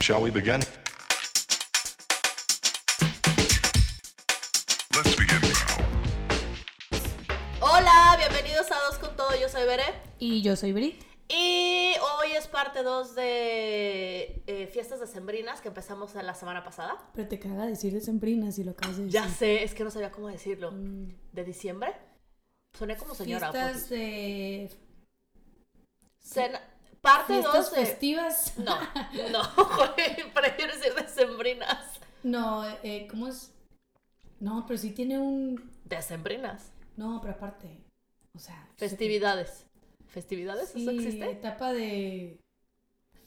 Shall we begin? Let's begin now. Hola, bienvenidos a Dos con Todo, yo soy Bere. Y yo soy Brit. Y hoy es parte 2 de eh, Fiestas Decembrinas que empezamos la semana pasada. Pero te caga decir decembrinas si lo acabas de decir. Ya sé, es que no sabía cómo decirlo. Mm. ¿De diciembre? Soné como señora. Fiestas pues. de... Cena- parte Fiestas 2 de... festivas. No, no, güey, prefiero decir decembrinas. No, eh, ¿cómo es? No, pero sí tiene un... Decembrinas. No, pero aparte, o sea... Festividades. ¿Festividades? Sí, ¿Eso existe? etapa de...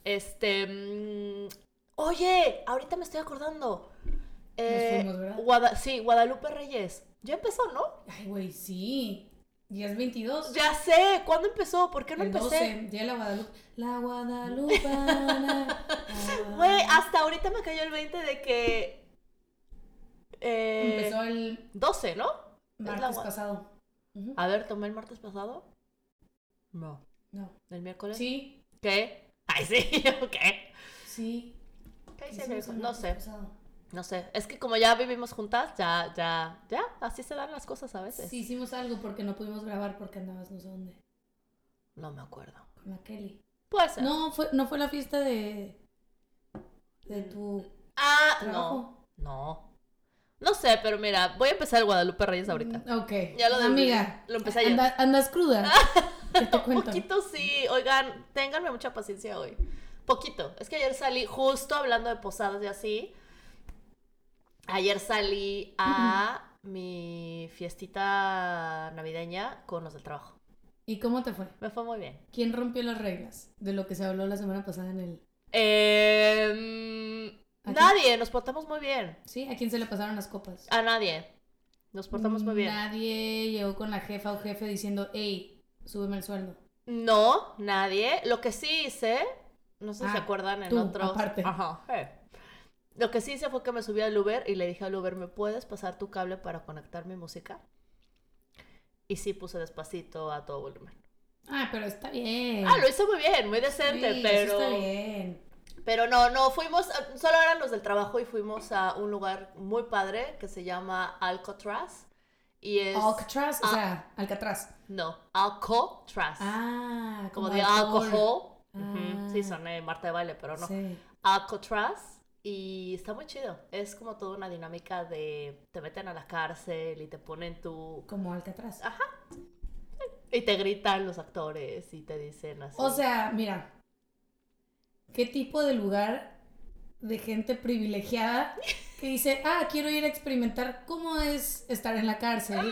Este... mm, oye, ahorita me estoy acordando. Eh, fuimos, ¿verdad? Guada- sí, Guadalupe Reyes. Ya empezó, ¿no? Ay, güey, sí. Ya es 22. Ya sé, ¿cuándo empezó? ¿Por qué no El empecé? 12, Día de la Guadalupe. La Guadalupana. Ah, la Güey, ah, hasta ahorita me cayó el 20 de que. eh, Empezó el 12, ¿no? la martes Gua- Ah, pasado. Ujú. A ver, ¿tomé el martes pasado? No. No. ¿El miércoles? Sí, ¿Qué? Ay, sí, ¿qué? sí. ¿Qué hice el hicimos el miércoles? No martes sé, pasado. no sé. Es que como ya vivimos juntas, ya, ya, ya, así se dan las cosas a veces. Sí, hicimos algo porque no pudimos grabar porque andabas no sé dónde. No me acuerdo. Con la Kelly. Puede ser. No, fue, no fue la fiesta de. de tu Ah, no. trabajo. No. No sé, pero mira, voy a empezar el Guadalupe Reyes ahorita. Mm, Ok. Ya lo de- Amiga. lo empecé ayer. anda- andas cruda. ¿Qué te Un cuento? poquito sí, oigan, ténganme mucha paciencia hoy. Poquito. Es que ayer salí, justo hablando de posadas y así. Ayer salí a mi fiestita navideña con los del trabajo. ¿Y cómo te fue? Me fue muy bien. ¿Quién rompió las reglas de lo que se habló la semana pasada en el. Em, ¿A nadie, nos portamos muy bien. Sí, ¿a quién se le pasaron las copas? A nadie. Ah, Nos portamos muy bien. Nadie llegó con la jefa o jefe diciendo, hey, súbeme el sueldo. No, nadie. Lo que sí hice, no sé si Ah, se acuerdan en tú, otros. aparte. Ajá, eh. Lo que sí hice fue que me subí al Uber y le dije al Uber, ¿me puedes pasar tu cable para conectar mi música? Y sí puse despacito a todo volumen. Ah, pero está bien. Ah, lo hice muy bien, muy decente, Sí, eso pero. Está bien. Pero no, no, fuimos, a- solo eran los del trabajo y fuimos a un lugar muy padre que se llama Alcatraz. Y es. Alcatraz, o Ah. sea, Alcatraz. no, Alcatraz. Ah, como de alcohol. Ujú, Sí, Ah. soné Marta de baile, pero no. Sí. Alcatraz y está muy chido. Es como toda una dinámica de te meten a la cárcel y te ponen tu... Como Alcatraz. Ajá. Y te gritan los actores y te dicen así. O sea, mira, ¿qué tipo de lugar de gente privilegiada que dice, ah, quiero ir a experimentar cómo es estar en la cárcel,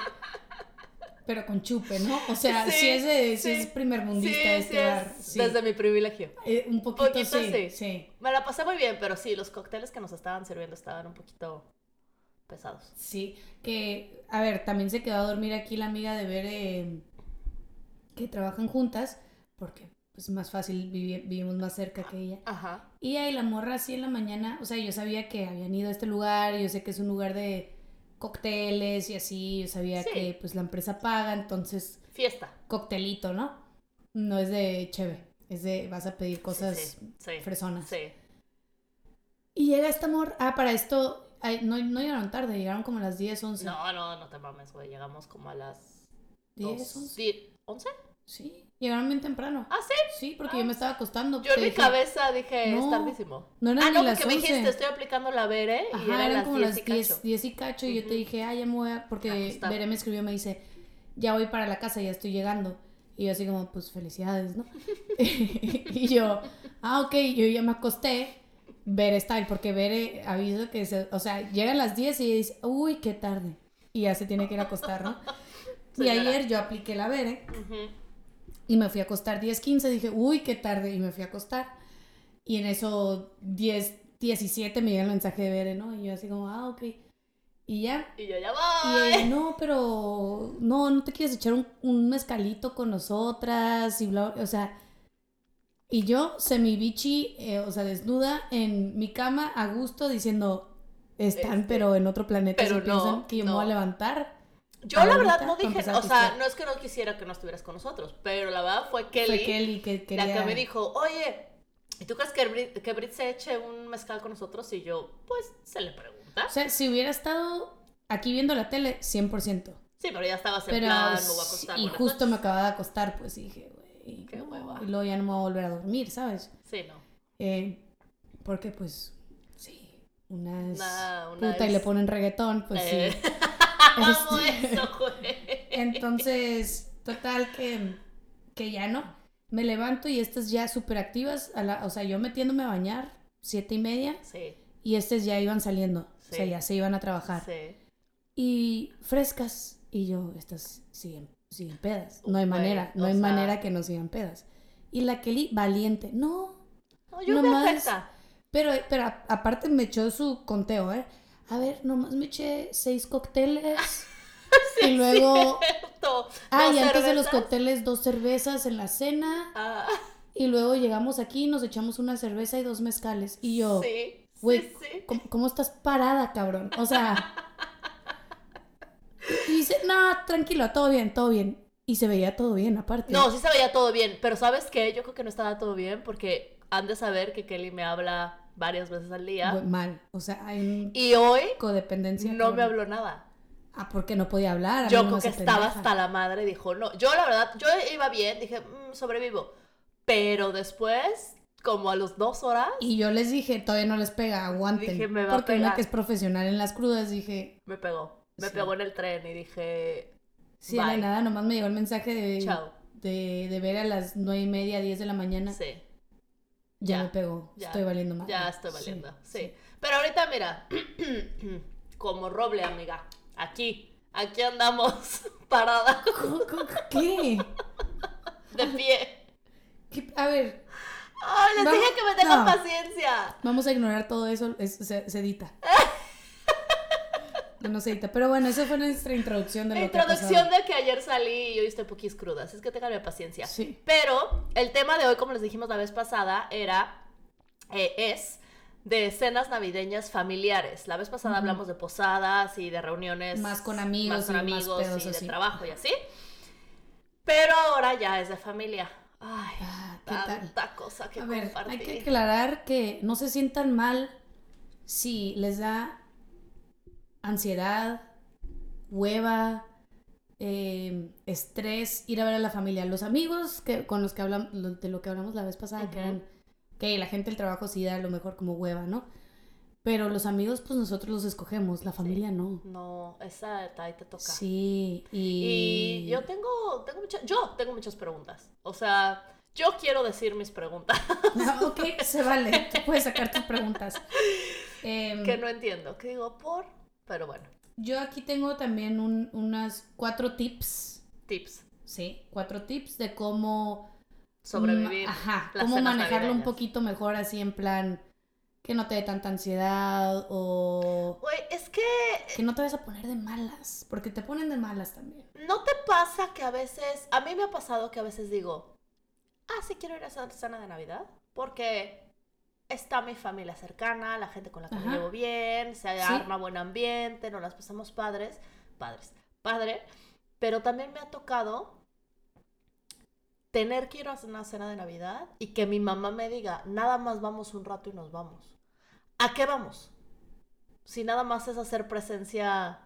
pero con chupe, ¿no? O sea, Sí, si es, de- sí sí. es primer sí, mundista este sí, es bar. sí. desde mi privilegio. Eh, un poquito, Poquito sí, sí. sí. Me la pasé muy bien, pero sí, los cócteles que nos estaban sirviendo estaban un poquito pesados. Sí, que, a ver, también se quedó a dormir aquí la amiga de ver eh, que trabajan juntas, porque pues, es más fácil, vivi- vivimos más cerca que ella. Ajá. Y ahí la morra así en la mañana, o sea, yo sabía que habían ido a este lugar, yo sé que es un lugar de cócteles y así, yo sabía Sí. que pues la empresa paga, entonces Fiesta. coctelito, ¿no? No es de cheve, es de vas a pedir cosas Sí, sí, sí, fresonas. sí. Y llega esta morra, ah, para esto, ay, no, no llegaron tarde, llegaron como a las 10, 11. No, no, no te mames, güey. Llegamos como a las... 10, dos- 11. di- ¿11? Sí, llegaron bien temprano. Ah, sí. Sí, porque Ah, yo me estaba acostando. Yo en te mi dije, cabeza dije, es No. tardísimo. No eran Ah, ni no, las porque me 11. dijiste, estoy aplicando la Bere y Ajá, eran, eran las como 10 las y cacho. 10, 10 y cacho. Y yo te Ujú. pues dije, ah, ya me voy a. Porque Acostar. Veré me escribió, me dice, ya voy para la casa, ya estoy llegando. Y yo, así como, pues felicidades, ¿no? y yo, ah, ok, yo ya me acosté. Veré está ahí, porque Veré avisa que se. O sea, llega a las 10 y ella dice, uy, qué tarde. Y ya se tiene que ir a acostar, ¿no? y Señora. ayer yo apliqué la Veré. Ujú. Y me fui a acostar 10, 15, dije, uy, qué tarde, y me fui a acostar. Y en eso 10, 17 me llega el mensaje de Bere, ¿no? Y yo así como, ah, ok. Y ya. Y yo ya Y voy. ella, no, pero no, no te quieres echar un, un mezcalito con nosotras y bla, bla, o sea. Y yo, semi bichi, eh, o sea, desnuda en mi cama, a gusto, diciendo, están, Este, pero en otro planeta, pero si piensan no, que yo me voy a no. levantar. Yo la verdad ahorita, no dije, empezar a o sea, pistear. no es que no quisiera que no estuvieras con nosotros, pero la verdad fue Kelly, Fue Kelly que quería. la que me dijo, oye, ¿Y tú crees que Brit, que Brit se eche un mezcal con nosotros? Y yo, pues, se le pregunta. O sea, si hubiera estado aquí viendo la tele, 100%. Sí, pero ya estabas en Pero, plan, me voy a acostar. y buenas justo me noches. acababa de acostar, pues y dije, güey, Qué no, hueva. Y luego ya no me voy a volver a dormir, ¿sabes? Sí, no. Eh, porque, pues, sí, una es Una- una puta y es- le ponen reggaetón, pues Eh, sí. Amo Este- eso, güey. Entonces, total que, que ya no. Me levanto y estas ya súper activas, a la- o sea, yo metiéndome a bañar, siete y media, Sí, y estas ya iban saliendo, o sea, Sí. ya se iban a trabajar. sí. Y frescas, y yo, estas siguen, siguen pedas. No hay Güey, manera, no o hay sea- manera que no sigan pedas. Y la Kelly, valiente, no, No, yo me Nomás- afecta. pero, pero a- aparte me echó su conteo, ¿eh? A ver, nomás me eché seis cócteles. y luego, ah, y antes de los cócteles, dos cervezas en la cena. Ah, Y luego llegamos aquí, nos echamos una cerveza y dos mezcales. Y yo, Sí, güey, sí, sí. ¿cómo, cómo estás parada, cabrón? O sea. Y dice, no, tranquilo, todo bien, todo bien. Y se veía todo bien, aparte. No, sí se veía todo bien, pero ¿sabes qué? Yo creo que no estaba todo bien porque han de saber que Kelly me habla varias veces al día Güey, mal. O sea, hay un y hoy codependencia. no me cabrón. habló nada. Ah, porque no podía hablar. a Yo mí creo no me que hace estaba pendeja. hasta la madre, dijo, no, yo la verdad, yo iba bien, dije, "Mm, sobrevivo, pero después, como a las dos horas, Y yo les dije, todavía no les pega, aguanten. Dije, me va a porque una pegar. que es profesional en las crudas, dije, me pegó, me Sí. pegó en el tren y dije, sí, de la Bye. nada, nomás me llegó el mensaje de, chao, de, de ver a las nueve y media, diez de la mañana. sí, Ya, Ya, me pegó, ya, estoy valiendo mal. ya estoy valiendo, sí. Pero ahorita mira, como roble, amiga, aquí, aquí andamos, parada, ¿Cómo- cómo- ¿Qué? de pie. ¿Qué? A ver, ¡Ay, les No, dije que me tengan no. paciencia! vamos a ignorar todo eso, es- se, se edita. No, no se edita, pero bueno, esa fue nuestra introducción de lo que ha Introducción pasado. de que ayer salí y hoy estoy poquis cruda, así es que tenganme paciencia. Sí. Pero el tema de hoy, como les dijimos la vez pasada, era, eh, es de cenas navideñas familiares. La vez pasada Ujú. hablamos de posadas y de reuniones. Más con amigos más con y más amigos pedos y de así. trabajo y así. Pero ahora ya es de familia. Ay, Ah, ¿qué tal? tanta cosa que a ver, compartir. hay que aclarar que no se sientan mal si les da ansiedad, hueva, eh, estrés ir a ver a la familia. Los amigos que, con los que hablamos, de lo que hablamos la vez pasada, que Ujú. eran que la gente del trabajo sí da a lo mejor como hueva, ¿no? Pero los amigos, pues nosotros los escogemos, la familia no. No, esa ahí te toca. Sí, y... Y yo tengo, tengo muchas, yo tengo muchas preguntas. O sea, yo quiero decir mis preguntas No, ok, se vale, tú puedes sacar tus preguntas. Em, que no entiendo. Que digo, por, pero bueno, Yo aquí tengo también un- unas cuatro tips, tips. ¿sí? Cuatro tips de cómo... Sobrevivir. ma- Ajá, las cómo cenas manejarlo un navideñas. poquito mejor así en plan que no te dé tanta ansiedad o Güey, es que que no te vayas a poner de malas, porque te ponen de malas también. no te pasa que a veces, a mí me ha pasado que a veces digo, ah, sí quiero ir a esa cena de Navidad, porque está mi familia cercana, la gente con la que me Ajá. llevo bien, se Sí. arma buen ambiente, nos las pasamos padres, padres, padre, pero también me ha tocado tener que ir a una cena de Navidad y que mi mamá me diga, nada más vamos un rato y nos vamos. ¿A qué vamos? Si nada más es hacer presencia,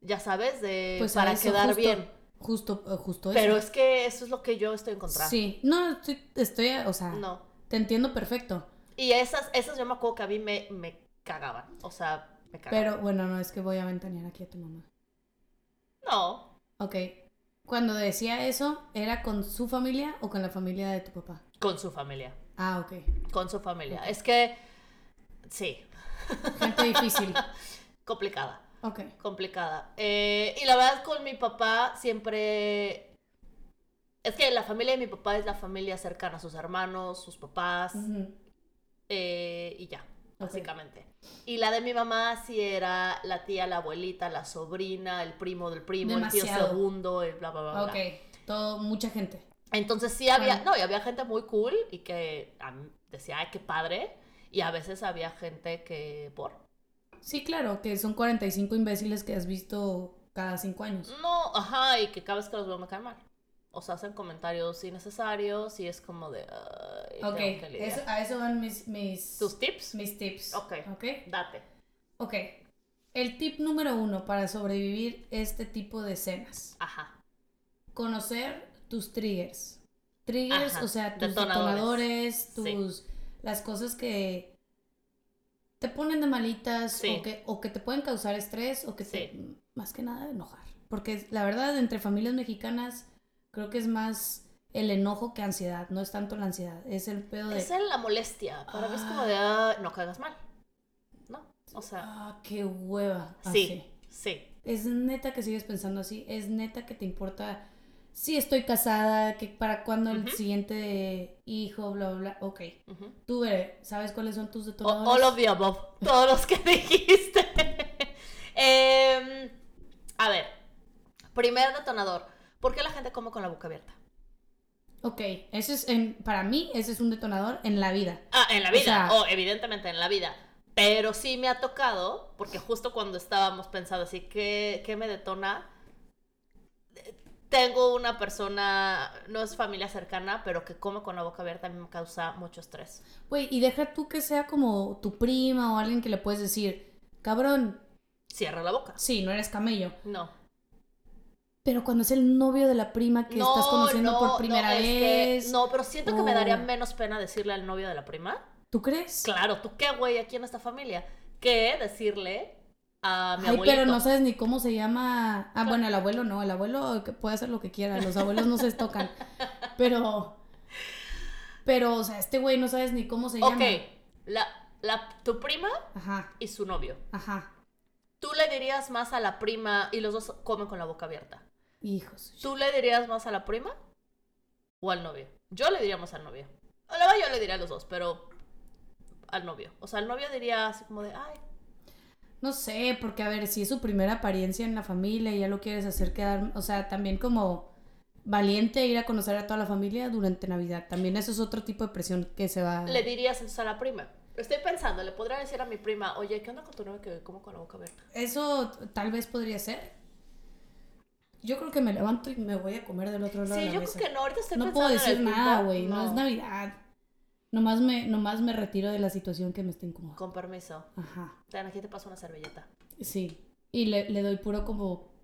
ya sabes, de Pues a para eso quedar justo- bien. Justo, eh, justo Pero eso. es que eso es lo que yo estoy encontrando. Sí, no, estoy, estoy, o sea, No. te entiendo perfecto. Y esas, esas yo me acuerdo que a mí me, me cagaban. O sea, me cagaban. Pero bueno, no, es que voy a ventanear aquí a tu mamá. No, Ok, cuando decía eso, ¿era con su familia o con la familia de tu papá? con su familia. Ah, ok. Con su familia. Es que, sí, Gente difícil. complicada. Ok. complicada. Eh, y la verdad con mi papá siempre... Es que la familia de mi papá es la familia cercana, sus hermanos, sus papás Ujú. eh, y ya, Ok. básicamente. Y la de mi mamá sí era la tía, la abuelita, la sobrina, el primo del primo, el tío Demasiado. segundo, el bla, bla, bla. bla. Ok. Todo, mucha gente. Entonces sí había, Bueno. no, y había gente muy cool y que a mí decía, ay, qué padre. Y a veces había gente que, por, Sí, claro, que son 45 imbéciles que has visto cada 5 años. no, ajá, y que cada vez que los veo me cae mal. o sea, hacen comentarios innecesarios y es como de... "Ay, tengo Ok, que lidiar". eso- a eso van mis, mis, ¿Tus tips? mis tips. Ok. ok. Date. Ok. El tip número uno para sobrevivir este tipo de escenas. Ajá. conocer tus triggers. Triggers, Ajá, o sea, tus detonadores. detonadores, Sí. tus las cosas que te ponen de malitas Sí. o, que, o que te pueden causar estrés o que te, más que nada enojar. Porque la verdad, entre familias mexicanas, creo que es más el enojo que ansiedad, no es tanto la ansiedad, es el pedo de... Esa es la molestia. Para mí es como de... "Ay, no cagas mal. ¿No? O sea, Ah, qué hueva. sí, así. sí. Es neta que sigues pensando así, es neta que te importa si estoy casada, que para cuándo el Ujú. siguiente hijo, bla, bla, bla. Ok. Ujú. Tú, Bere, ¿sabes cuáles son tus O- detonadores? All of the above. Todos los que dijiste. Em, a ver. Primer detonador. ¿Por qué la gente come con la boca abierta? Ok, ese es, en- para mí, ese es un detonador en la vida. Ah, en la vida. O, O sea- evidentemente en la vida. Pero sí me ha tocado, porque justo cuando estábamos pensando así, ¿qué, qué me detona? Eh, Tengo una persona, no es familia cercana, pero que come con la boca abierta a mí me causa mucho estrés. Güey, y deja tú que sea como tu prima o alguien que le puedes decir, cabrón, Cierra la boca. sí, no eres camello. No. Pero cuando es el novio de la prima que estás conociendo no, por primera no, es que- vez, no, pero siento que me o- daría menos pena decirle al novio de la prima. ¿tú crees? Claro, ¿tú qué, güey, aquí en esta familia? Que decirle a mi Ay, abuelito. pero no sabes ni cómo se llama. Ah, bueno, el abuelo no, el abuelo que puede hacer lo que quiera, los abuelos no se tocan. Pero, pero, o sea, este güey no sabes ni cómo se Ok, llama. la, la, tu prima Ajá, y su novio. ajá. Tú le dirías más a la prima y los dos comen con la boca abierta. Hijos. ¿Tú le dirías más a la prima o al novio? Yo le diría más al novio. O la verdad yo le diría a los dos, pero al novio. O sea, al novio diría así como de, ay, No sé, porque a ver, si es su primera apariencia en la familia y ya lo quieres hacer quedar, o sea, también como valiente ir a conocer a toda la familia durante Navidad. También eso es otro tipo de presión que se va. le dirías entonces a la prima. Estoy pensando, le podría decir a mi prima, oye, ¿qué onda con tu novio que come con la boca abierta? Eso tal vez podría ser. Yo creo que me levanto y me voy a comer del otro lado de Sí, la yo mesa. creo que no, ahorita estoy no pensando puedo en el decir punto. nada, güey. No. es No, Navidad. Nomás me, nomás me retiro de la situación que me está incomodando. Con permiso. Ajá. Ten, aquí te paso una servilleta. Sí. Y le, le doy puro como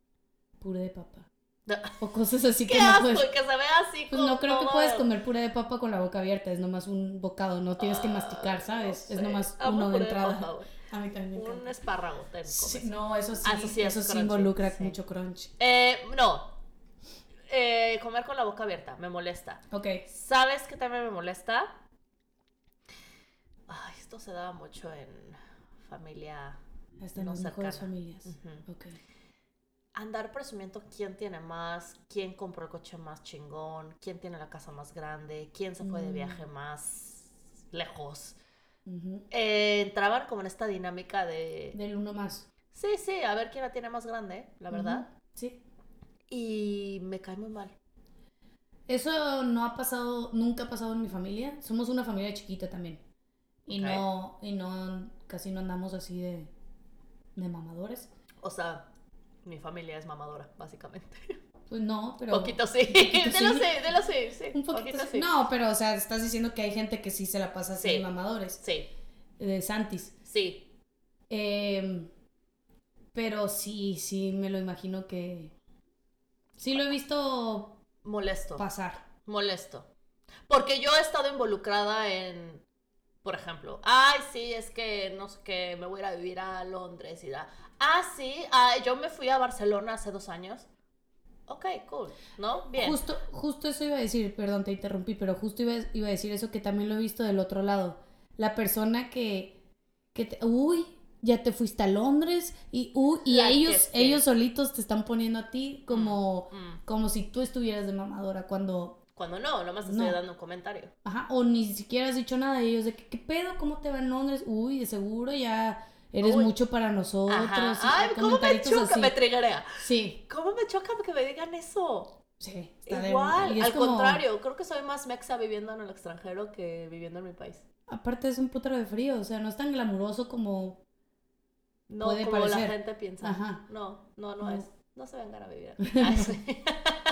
puré de papa. No. O cosas así ¡Qué que no asco! puedes. Y que se vea así Pues no con creo que todo puedes el- comer puré de papa con la boca abierta, es nomás un bocado, no tienes que masticar, ¿sabes? Ah, No es nomás sé. Amo uno de puré entrada. papa, güey. A mí también. me Un encanta. espárrago, ten, Sí, cómese. no, eso sí, Ah, eso sí es eso sí crunchy, involucra sí. mucho crunch. Eh, no. Eh, comer con la boca abierta, me molesta. Ok. ¿Sabes qué también me molesta? Ay, esto se daba mucho en familia. Hasta No las mejores cercana. familias. Ujú. Ok. Andar presumiendo quién tiene más, quién compró el coche más chingón, quién tiene la casa más grande, quién se fue de Mm. viaje más lejos. Ujú. Eh, entraban como en esta dinámica de... Del uno más. Sí, sí, a ver quién la tiene más grande, la verdad. Ujú. Sí. Y me cae muy mal. Eso no ha pasado, nunca ha pasado en mi familia. Somos una familia chiquita también. Y Ok. no, y no, casi no andamos así de, de mamadores. O sea, mi familia es mamadora, básicamente. Pues no, pero. poquito sí. poquito de lo sí. sé, de lo sé, sí. Un poquito, así. No, pero o sea, estás diciendo que hay gente que sí se la pasa así Sí. de mamadores. Sí, De Santis. sí. Eh, pero sí, sí, me lo imagino que. Sí lo he visto Molesto. pasar. Molesto. Porque yo he estado involucrada en. Por ejemplo, ay, sí, es que no sé qué, me voy a ir a vivir a Londres y da. Ah, sí, ay, yo me fui a Barcelona hace dos años. Ok, cool, ¿no? Bien. Justo, justo eso iba a decir, perdón, te interrumpí, pero justo iba, iba a decir eso que también lo he visto del otro lado. La persona que, que te- uy, ya te fuiste a Londres y, uy, y La que ellos, sí. ellos solitos te están poniendo a ti como, Mm, como si tú estuvieras de mamadora cuando, Cuando no, nomás te estoy No. dando un comentario. ajá, o ni siquiera has dicho nada y ellos de que, ¿qué pedo? ¿Cómo te va en Londres? Uy, de seguro ya eres Uy. mucho para nosotros. Ajá. y Ay, hay ¿cómo me comentaritos choca? así. Me triguea. Sí, ¿Cómo me choca que me digan eso? sí. está de- Igual, y es al como- contrario, creo que soy más mexa viviendo en el extranjero que viviendo en mi país. Aparte es un putero de frío, o sea, no es tan glamuroso como No Puede como la parecer. gente piensa. Ajá. No, no, no, No. es. No se vengan a vivir. aquí. Ah, sí.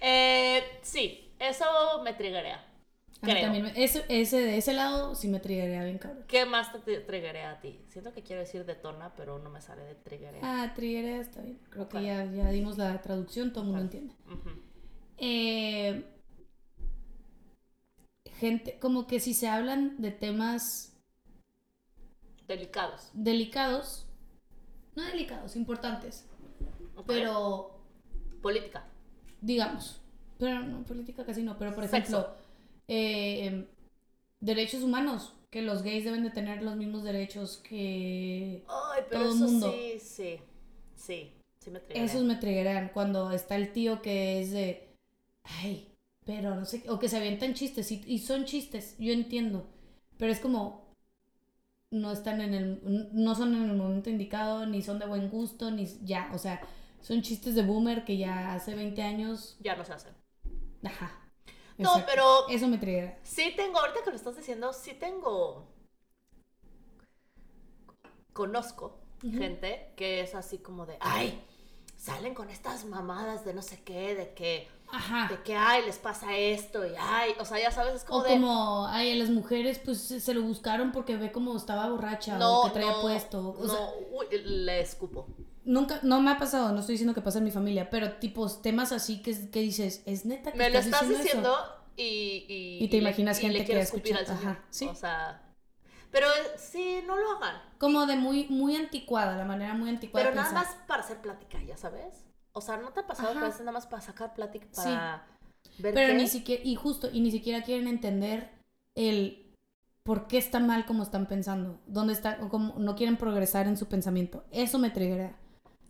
Eh, sí, eso me triggerea. A mí Creo. también me- ese, ese- de ese lado sí me triggería bien cabrón. ¿Qué más te tri- triggerea a ti? Siento que quiero decir detona, pero no me sale de triggerea. Ah, triggería está bien. Creo que Vale. ya, ya dimos la traducción, todo el mundo Vale. entiende. Ujú. Eh, gente, como que si se hablan de temas Delicados. delicados, no delicados, importantes, ¿ok? pero Política. digamos, pero no, política casi no, pero por Sexo. ejemplo, eh, derechos humanos, que los gays deben de tener los mismos derechos que... Ay, pero Todo eso mundo. sí, sí. Sí, sí me triggerea. Esos me triggeran cuando está el tío que es de... Ay, pero no sé, qué", o que se avientan chistes, y, y son chistes, yo entiendo, pero es como... No están en el... No son en el momento indicado, ni son de buen gusto, ni... Ya, o sea, son chistes de boomer que ya hace 20 años... Ya no se hacen. Ajá. No, exacto. pero Eso me triggera. Sí tengo, ahorita que lo estás diciendo, sí tengo. Conozco Ujú. gente que es así como de, ay, salen con estas mamadas de no sé qué, de que, Ajá. de que, ay, les pasa esto y ay, o sea, ya sabes, es como Ah. o de, como, ay, a las mujeres pues se se lo buscaron porque ve como estaba borracha o que traía puesto. O no, sea, uy, eh, le escupo. nunca, no me ha pasado, no estoy diciendo que pasa en mi familia, pero tipos, temas así que, que dices, es neta que Me lo estás eso?". diciendo y, y, Y te y le- imaginas y gente le que quiero ha escupir al escuchado, señor. ajá, sí. O sea, pero eh, sí, no lo hagan. Como de muy, muy anticuada, la manera muy anticuada. Pero de nada pensar. más para hacer plática, ya sabes. O sea, ¿no te ha pasado Ajá. que a veces nada más para sacar plática, para ver Pero qué? ni siquiera, y justo, y ni siquiera quieren entender el por qué está mal como están pensando, dónde está, o cómo no quieren progresar en su pensamiento. Eso me triggerá.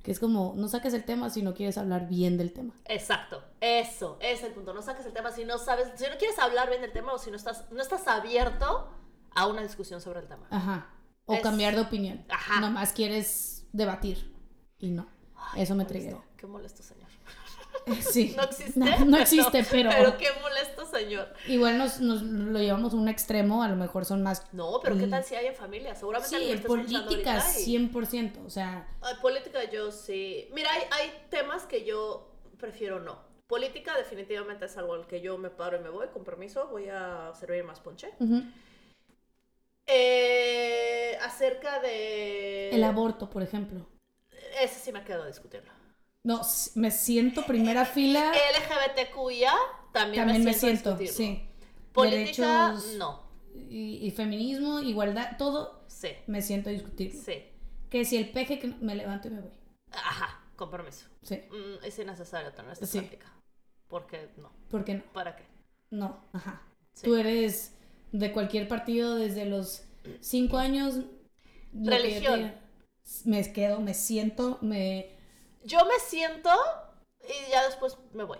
Que es como, no saques el tema si no quieres hablar bien del tema. Exacto, eso, ese es el punto. No saques el tema si no sabes, si no quieres hablar bien del tema o si no estás, no estás abierto a una discusión sobre el tema. Ajá. O Es- cambiar de opinión. Ajá. Nomás quieres debatir. Y no. Ay, eso me qué molesto, triggeró. Qué molesto, señor. Sí. No existe. No, no existe, pero, Pero qué molesto, señor. igual nos, nos lo llevamos a un extremo. A lo mejor son más. No, pero qué Mm. tal si hay en familia. Seguramente Sí, alguien en está escuchando políticas, ahorita y- 100%. O sea, Ay, política yo sí. Mira, hay, hay temas que yo prefiero no. Política definitivamente es algo al que yo me paro y me voy, con permiso, voy a servir más ponche. ujú. Eh, acerca de... el aborto, por ejemplo. Ese sí me quedo a discutirlo. No, s- me siento primera fila. LGBTQIA también, Ah. También me siento, a siento, discutirlo. sí. Política, Derechos- no. Y, y feminismo, igualdad, todo Sí, me siento a discutir. sí. Que si el peje que me levanto y me voy. Ajá, con permiso. Sí. Mm, es innecesario tener esta Sí. plática. Porque no. ¿Por qué no? ¿Para qué? No, ajá. Sí. Tú eres de cualquier partido desde los cinco años. lo que yo Religión. te diga. Me quedo, me siento, me. Yo me siento y ya después me voy.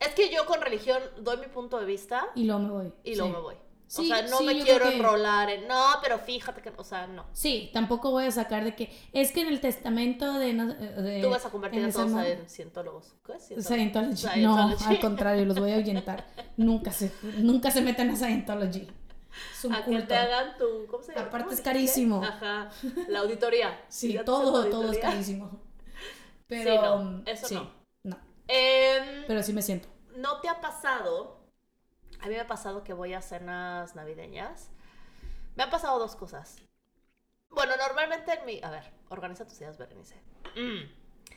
Es que yo con religión doy mi punto de vista Y luego me voy. y Sí. luego me voy. Sí, o sea, no sí, me yo quiero creo que- enrolar en, no, pero fíjate que, o sea, no. Sí, tampoco voy a sacar de que. Es que en el testamento de. no- de- Tú vas a convertir Eh, en a esa todos ma- en cientólogos. ¿Qué es cientólogos? Scientology. No, Scientology. al contrario, los voy a ahuyentar. nunca, se, nunca se metan a Scientology. Es un A que culto. te hagan tu, ¿cómo se llama? Aparte ¿Cómo dijiste? es carísimo. Ajá, la auditoría. Sí, ¿Ya te todo, hacen tu todo es auditoría? carísimo. Pero. no, eso sí, no. No, Em, pero sí me siento. ¿No te ha pasado? A mí me ha pasado que voy a cenas navideñas. Me han pasado dos cosas. Bueno, normalmente en mi... A ver, organiza tus ideas, Berenice. Mm.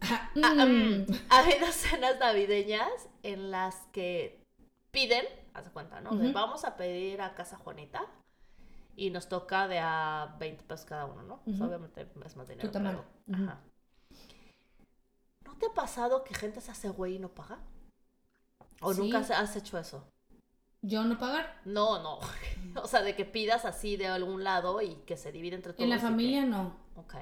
Ajá. Ah, Mm. mm. Ha habido cenas navideñas en las que piden, haz de cuenta, ¿no? De, Ujú. Vamos a pedir a Casa Juanita y nos toca de a 20 pesos cada uno, ¿no? O sea, Ujú. obviamente es más dinero. Tu tamaño. pero- ajá. ¿No te ha pasado que gente se hace güey y no paga? ¿O Sí. nunca has hecho eso? Yo no pagar. No, no. O sea, de que pidas así de algún lado y que se divide entre todos. En la y que- familia no. Ok.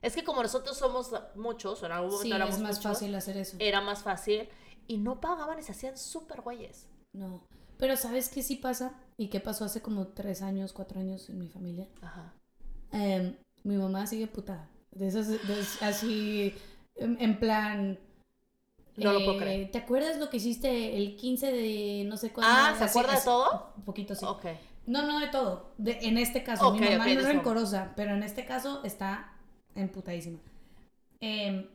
Es que como nosotros somos muchos, o en algún momento Sí, éramos es más muchos, fácil hacer eso. era más fácil y no pagaban y se hacían súper güeyes. No. Pero ¿sabes qué sí pasa? ¿Y qué pasó hace como tres años, cuatro años en mi familia? Ajá. Em, mi mamá sigue putada. De esas, de es- así, en, en plan... eh, No lo puedo creer. ¿Te acuerdas lo que hiciste el 15 de no sé cuándo? ah, ¿se Así- acuerda de así, todo? Un poquito sí. Ok. No, no de todo. De- en este caso, Ok, mi ok, mamá no es de su- rencorosa, pero en este caso está emputadísima. Em,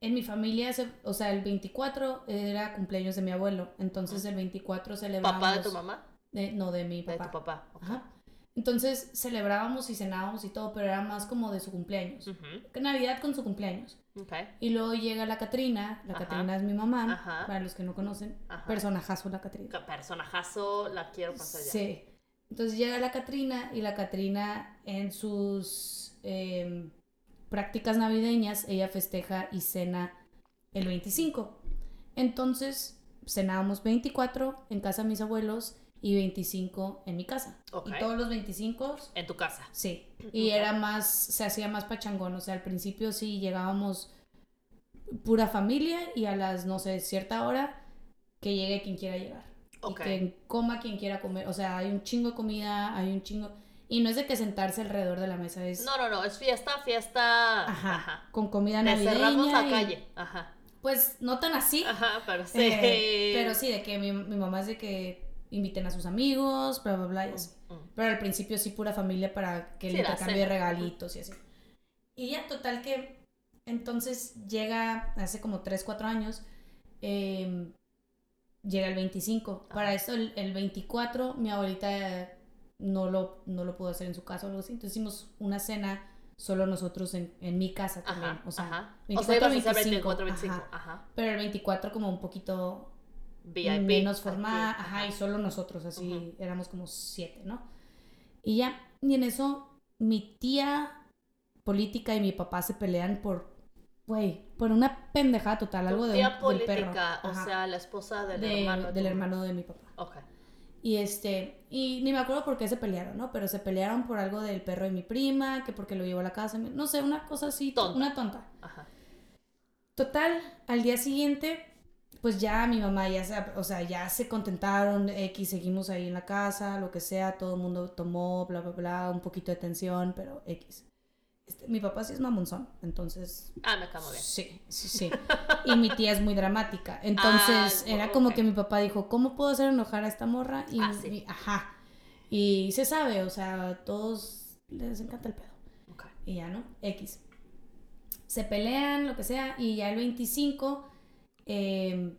en mi familia, se- o sea, el 24 era cumpleaños de mi abuelo, entonces el 24 celebramos... ¿Papá de tu mamá? de- no, de mi De papá. tu papá. ok. Ajá. Entonces celebrábamos y cenábamos y todo, pero era más como de su cumpleaños. Ujú, Que Navidad con su cumpleaños. Ok. Y luego llega la Catrina, la Ajá. Catrina es mi mamá, Ajá. para los que no conocen, Ajá. personajazo la Catrina. Qué Personajazo, la quiero pasar ya. Sí. Entonces llega la Catrina y la Catrina en sus em, prácticas navideñas, ella festeja y cena el 25. Entonces cenábamos 24 en casa de mis abuelos y 25 en mi casa. Ok. Y todos los 25, En tu casa. sí. Y era más, se hacía más pachangón. O sea, al principio sí llegábamos pura familia y a las, no sé, cierta hora que llegue quien quiera llegar Ok. y que coma quien quiera comer. O sea, hay un chingo de comida, hay un chingo. Y no es de que sentarse alrededor de la mesa, es No, no, no, es fiesta, fiesta. ajá, Ajá. con comida Te navideña. cerramos la y- calle. Ajá. Pues no tan así. Ajá, pero sí. Mm, eh, pero sí, de que mi, mi mamá es de que inviten a sus amigos, bla, bla, bla. y así. Mm, mm. Pero al principio sí pura familia para que el Sí, la intercambio de cena. regalitos y así. Y ya, total que entonces llega, hace como 3, 4 años, eh, llega el 25. Ajá. Para eso el, el 24 mi abuelita no lo, no lo pudo hacer en su casa o algo así. Entonces hicimos una cena solo nosotros en, en mi casa también. Ajá. o sea, ajá. o sea, 24, ibas a hacer 25, 24, 25. ajá. Ajá. pero el 24 como un poquito VIP. menos formal formal, ajá, y solo nosotros, así Ujú. éramos como siete, ¿no? Y ya, y en eso mi tía política y mi papá se pelean por, güey, por una pendejada total, algo de Tía un, del política, perro, o ajá, sea, la esposa del de- hermano. de del tu- hermano de mi papá. Ok. Y este, y ni me acuerdo por qué se pelearon, ¿no? Pero se pelearon por algo del perro de mi prima, que porque lo llevó a la casa, no sé, una cosa así, Tonta. una tonta. Ajá. Total, al día siguiente, pues ya mi mamá ya se, o sea, ya se contentaron, X, seguimos ahí en la casa, lo que sea, todo el mundo tomó, bla, bla, bla, un poquito de tensión, pero X. Este, mi papá sí es mamonzón, entonces... Ah, me acabo bien. Sí, sí, sí. Y mi tía es muy dramática. Entonces Ah, era ok. como que mi papá dijo, ¿cómo puedo hacer enojar a esta morra? Y, Ah, sí. y- ajá. Y se sabe, o sea, a todos les encanta el pedo. Ok. Y ya, ¿no? X. Se pelean, lo que sea, y ya el 25 eh,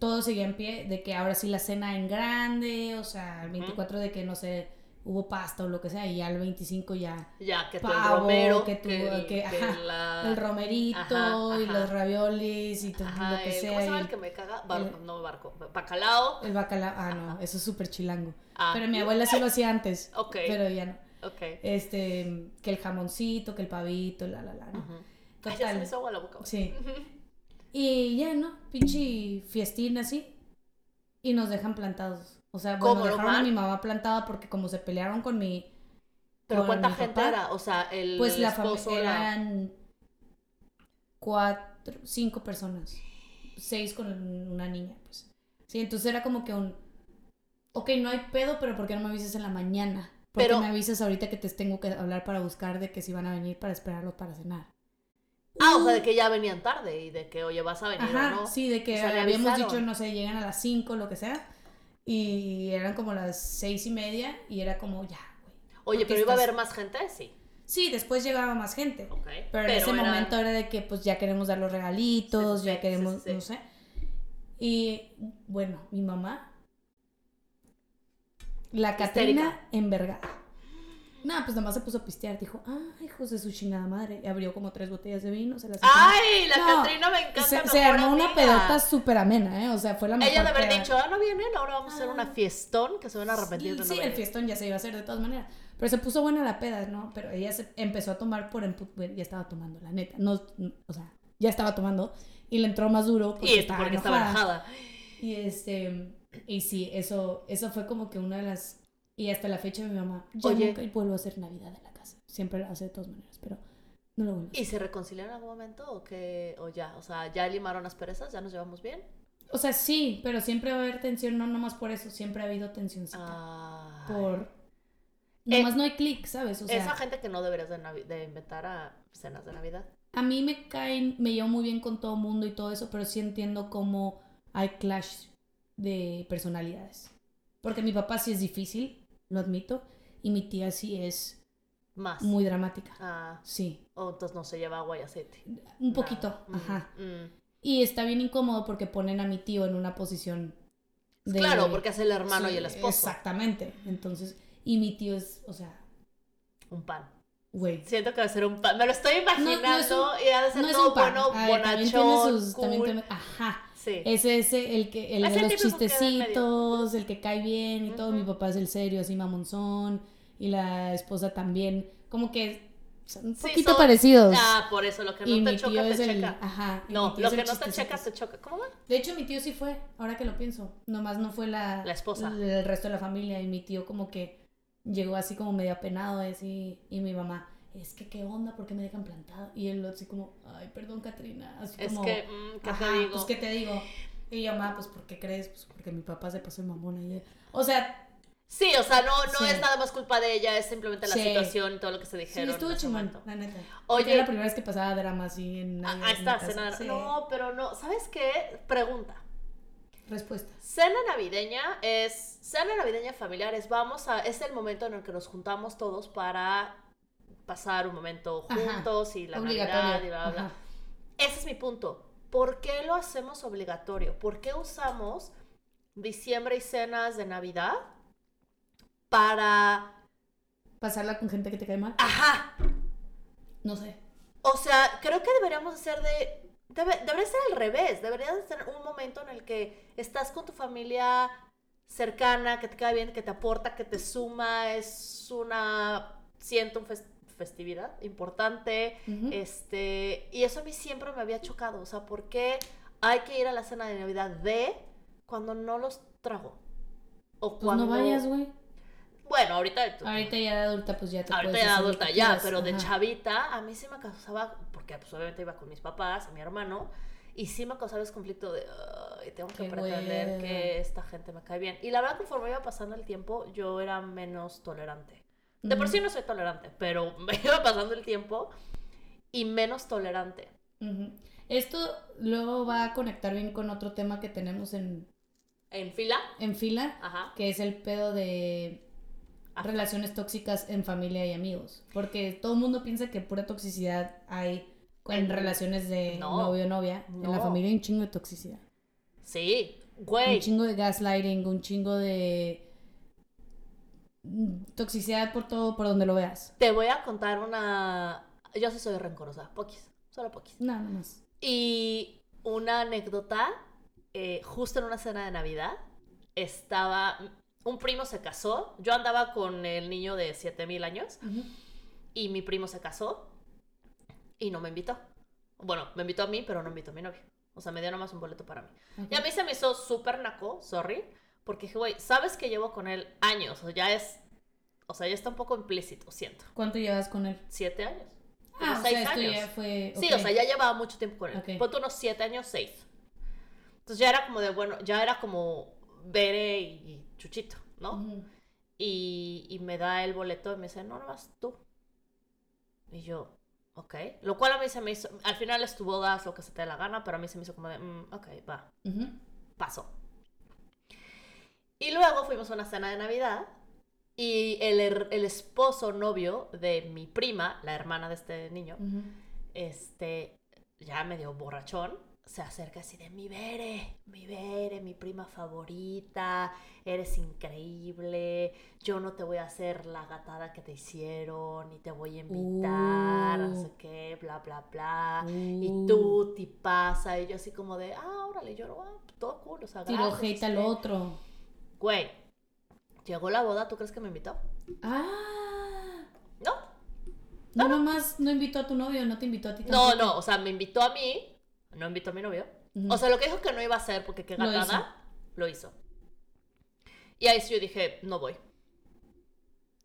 todo seguía en pie, de que ahora sí la cena en grande, o sea, el 24 de que, no sé, hubo pasta o lo que sea, y ya el 25 ya Ya, que tú el Pavo, romero, que que tú- tú, que, que- ajá, la... el romerito Ah, ajá, y ajá. los raviolis y todo Ajá, lo que el- sea. ¿Cómo se llama y el que me caga? Bar- el- No, barco. Bacalao. el bacalao, ah, no, Ajá. eso es súper chilango. Ah, Pero mi abuela sí lo hacía antes, Ok, pero ya no. ok. Este, que el jamoncito, que el pavito, la, la, la, ¿no? Ujú. Ay, ya se me hizo agua la boca. güey. Sí. Y ya, ¿no? Pinche fiestín así. Y nos dejan plantados. O sea, bueno, ¿Cómo, dejaron a Román? mi mamá plantada porque como se pelearon con mi... Pero con ¿cuánta mi gente papá, era? O sea, el Pues la esposo familia la- eran cuatro, cinco personas. Seis con una niña, pues. Sí, entonces era como que un... Ok, no hay pedo, pero ¿por qué no me avisas en la mañana? ¿Por qué Pero- me avisas ahorita que te tengo que hablar para buscar de que si van a venir para esperarlos para cenar? Ah, o sea, de que ya venían tarde y de que, oye, vas a venir Ajá, o no. sí, de que O sea, le habíamos avisaron. dicho, no sé, llegan a las 5, lo que sea, y eran como las seis y media, y era como, ya, güey. Oye, porque pero iba a estás- haber más gente, sí. Sí, después llegaba más gente, Ok. pero en ese era- momento era de que, pues, ya queremos dar los regalitos, Sí, sí, ya sí, queremos, sí, sí. no sé. Y, bueno, mi mamá, la Catrina envergada. Nada, pues nomás se puso a pistear. Dijo, ah, hijos de su chingada madre. Y abrió como tres botellas de vino, se las echó. ¡Ay! La No, Catrina me encanta. se, mejor se armó una amiga. pedota súper amena, ¿eh? O sea, fue la mejor Ella de haber peda. dicho, ah, no vienen, ahora vamos a hacer una Ah. fiestón que se van a arrepentir Sí, de no sí, el venir". fiestón ya se iba a hacer de todas maneras. Pero se puso buena la peda, ¿no? Pero ella se empezó a tomar por... empu- bueno, ya estaba tomando, la neta. No, no, o sea, ya estaba tomando. Y le entró más duro porque, Y es pues, estaba, porque estaba enojada. enojada. Y este... Y sí, eso, eso fue como que una de las... Y hasta la fecha de mi mamá. Yo Oye. nunca vuelvo a hacer Navidad en la casa. Siempre la hace de todas maneras, pero no lo vuelvo a hacer. ¿Y se reconciliaron en algún momento o que o ya? O sea, ya limaron las perezas, ya nos llevamos bien. O sea, sí, pero siempre va a haber tensión. No nomás por eso. Siempre ha habido tensióncita. Ah. por Eh, nomás no hay clic, ¿sabes? O sea, Esa gente que no deberías de, navi- de inventar a cenas de Navidad. a mí me caen, me llevo muy bien con todo mundo y todo eso, pero sí entiendo cómo hay clash de personalidades. Porque mi papá sí es difícil, lo admito, y mi tía sí es Más. muy dramática. Ah, Sí, oh, entonces no se lleva agua y aceite. un poquito, Ah, mm, ajá. mm. Y está bien incómodo porque ponen a mi tío en una posición de... Claro, porque es el hermano Sí, y el esposo. Exactamente. Entonces, y mi tío es, o sea, Un pan. güey. Siento que va a ser un pan. Me lo estoy imaginando No, no y ha de ser No es todo un pan. bueno, A ver, también tiene bonachón, sus- también cool. tiene- ajá. Sí. Ese es el que el Es de el los típico que queda en medio. chistecitos, el que cae bien y todo. Ujú. Mi papá es el serio, así mamonzón. Y la esposa también. Como que son un Sí, poquito son- parecidos. Ah, por eso, lo que y no mi te tío choca, te es el. checa. Ajá. y mi No, tío lo es el que no te checa, chistecitos. te choca. ¿Cómo va? De hecho, mi tío sí fue, ahora que lo pienso. Nomás no fue la, La esposa. El resto de la familia. Y mi tío como que llegó así como medio apenado así. Y mi mamá, es que qué onda, ¿por qué me dejan plantado? Y él así como, ay, perdón, Katrina. Así Es como, que, mm, ¿qué "Ajá, te digo? pues qué te digo. Y yo, mamá, pues ¿por qué crees? Pues porque mi papá se pasó de mamón ayer. O sea, Sí, o sea, no, no Sí. es nada más culpa de ella, es simplemente la Sí. situación y todo lo que se sí, dijeron. estuvo en ese chingón, momento. la neta. Oye. Oye. la primera vez que pasaba drama así en Ah, Navidad ah, en mi está, casa. cena. Sí. No, pero no. ¿Sabes qué? Pregunta. Respuesta. Cena navideña es. Cena navideña familiar es. Vamos a. Es el momento en el que nos juntamos todos para pasar un momento Ajá. juntos y la Navidad y Obligatorio. bla, bla, bla. Ajá. Ese es mi punto. ¿Por qué lo hacemos obligatorio? ¿Por qué usamos diciembre y cenas de Navidad para. Pasarla con gente que te cae mal. Ajá, No sé. O sea, creo que deberíamos hacer de... debe- debería ser al revés, deberías hacer un momento en el que estás con tu familia cercana, que te cae bien, que te aporta, que te suma, es una... siento un fes- festividad importante, Ujú. Pues, este, y eso a mí siempre me había chocado, o sea, ¿por qué hay que ir a la cena de Navidad de cuando no los trago? O Pues cuando... no vayas, güey. Bueno, ahorita... Ahorita ya de adulta, pues ya te Ahorita puedes ya hacer lo adulta que ya, quieras, pero de ajá. chavita a mí sí me causaba, porque pues obviamente iba con mis papás, mi hermano, y sí me causaba ese conflicto de, "Ay, tengo que Qué pretender hueva". que esta gente me cae bien. Y la verdad, conforme iba pasando el tiempo, yo era menos tolerante. De por Ujú, sí no soy tolerante, pero me iba pasando el tiempo y menos tolerante. ujú. Esto luego va a conectar bien con otro tema que tenemos en, En fila, en fila, ajá. que es el pedo de Ah. relaciones tóxicas en familia y amigos. Porque todo el mundo piensa que pura toxicidad hay en En- relaciones de No. novio-novia. En la No. familia hay un chingo de toxicidad. Sí, Un güey. chingo de gaslighting, un chingo de mm, toxicidad por todo, por donde lo veas. Te voy a contar una... Yo sí soy rencorosa, poquis, solo poquis. Nada más. Y una anécdota, eh, justo en una cena de Navidad, estaba, un primo se casó, yo andaba con el niño de 7000 años Ujú. y mi primo se casó y no me invitó. Bueno, me invitó a mí, pero no invitó a mi novio. O sea, me dio nomás un boleto para mí. Ok. Y a mí se me hizo súper naco, sorry, porque dije, güey, sabes que llevo con él años, o sea, ya es, o sea, ya está un poco implícito, siento. ¿Cuánto llevas con él? Siete años. Ah, Como o seis sea, esto años. ya fue. Sí, ok. o sea, ya llevaba mucho tiempo con él. Ok. Ponte unos 7 años, 6. Entonces ya era como de, bueno, ya era como Bere y Chuchito, ¿no? Ujú. y, y me da el boleto y me dice, no, no vas tú. Y yo, ok. Lo cual a mí se me hizo, al final es tu boda, haz lo que se te dé la gana, pero a mí se me hizo como de, "Mm, ok, va Ujú. pasó. Y luego fuimos a una cena de Navidad y el, her- el esposo novio de mi prima, la hermana de este niño, Ujú. este, ya medio borrachón, se acerca así de mi Bere, mi Bere, mi prima favorita, eres increíble, yo no te voy a hacer la gatada que te hicieron, ni te voy a invitar, no Uh. sé qué, bla, bla, bla. Uh. Ah, Y tú, te pasa, y yo así como de, ah, órale, yo, ah, todo cool, o sea, Tiro gracias, hate no sé al qué". otro. Güey, llegó la boda, ¿tú crees que me invitó? Ah. No, No, nomás no invitó a tu novio, no te invitó a ti no, tampoco. no, o sea, me invitó a mí, no invitó a mi novio, Ujú. O sea, lo que dijo que no iba a hacer porque qué Lo gatada, lo hizo. Y ahí sí yo dije, no voy.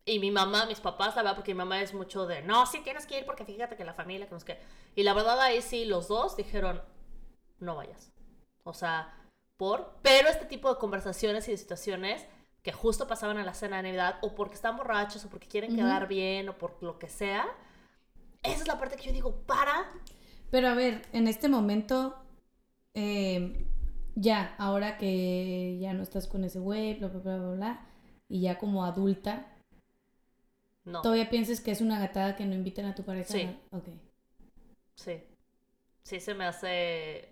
Y mi mamá, mis papás, la verdad, porque mi mamá es mucho de, no, sí tienes que ir porque fíjate que la familia, que nos que... Y la verdad ahí sí los dos dijeron, no vayas. O sea, por... Pero este tipo de conversaciones y de situaciones que justo pasaban en la cena de Navidad, o porque están borrachos, o porque quieren Ujú. quedar bien, o por lo que sea, esa es la parte que yo digo, para. Pero a ver, en este momento, eh, ya, ahora que ya no estás con ese güey, bla, bla, bla, bla, bla, y ya como adulta, No. ¿Todavía piensas que es una gatada que no inviten a tu pareja? Sí. ¿no? Ok. Sí. Sí se me hace.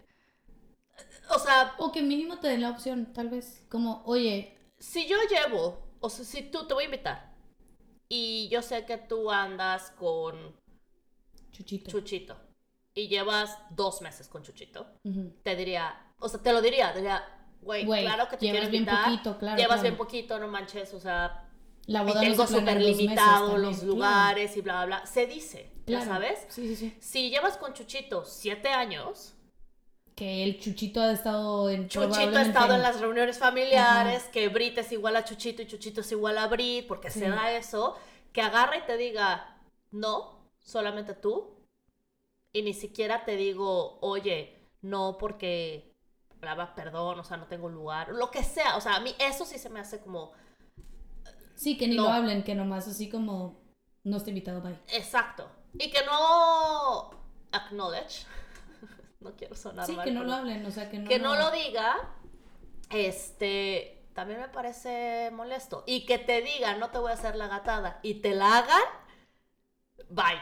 O sea, O que mínimo te den la opción, tal vez. Como, oye, si yo llevo, o sea, si tú te voy a invitar y yo sé que tú andas con chuchito. Chuchito y llevas dos meses con Chuchito, Ujú. te diría, o sea, te lo diría, te diría, güey, Güey, claro que te llevas quieres bien invitar, poquito, claro, llevas claro. bien poquito, no manches, o sea, La y boda no tengo se planea súper en dos meses limitado también, los claro. lugares y bla, bla, bla, se dice, ya Claro. sabes. Sí, sí, sí. Si llevas con Chuchito siete años, Que el chuchito ha estado en Chuchito ha probablemente estado en las reuniones familiares, que Brit es igual a Chuchito y Chuchito es igual a Brit, porque se Sí. da eso, que agarra y te diga, no, solamente tú, y ni siquiera te digo, oye, no porque, bla, bla, perdón, o sea, no tengo lugar, lo que sea, o sea, a mí eso sí se me hace como, Sí, que ni No. lo hablen, que nomás así como, no está invitado, bye. exacto, y que no acknowledge, no quiero sonar Sí, mal, que no pero- lo hablen, o sea, que no, que no lo diga, este, también me parece molesto. Y que te diga, no te voy a hacer la gatada, y te la hagan, bye.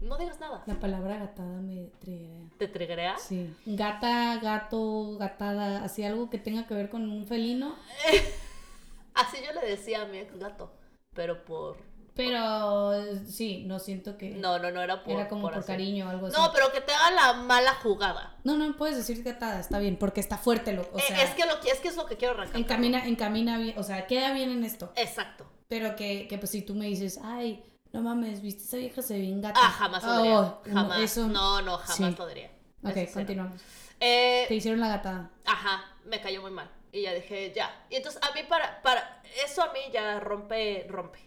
No digas nada. La palabra gatada me triguea. ¿Te triggerea? Sí. Gata, gato, gatada, así algo que tenga que ver con un felino, Así yo le decía a mi ex gato, pero por... pero eh, sí, no siento que No, no, no era por... era como por, así. cariño o algo así. No, pero que te haga la mala jugada. No, no puedes decir gatada, está bien, porque está fuerte, lo, o Eh, sea, es, que lo, que- es que es lo que quiero arrancar. encamina, encamina bien, o sea, queda bien en esto. Exacto. Pero que, que pues si tú me dices, ay, no mames, viste esa vieja se ve bien gata. Ah, jamás lo Oh, diría. no, Jamás. eso- No, no, jamás sí. lo diría. Eso Ok, sí, no. continuamos. Eh, Te hicieron la gatada. Ajá, me cayó muy mal. Y ya dije, ya. Y entonces a mí para, para, eso a mí ya rompe, rompe.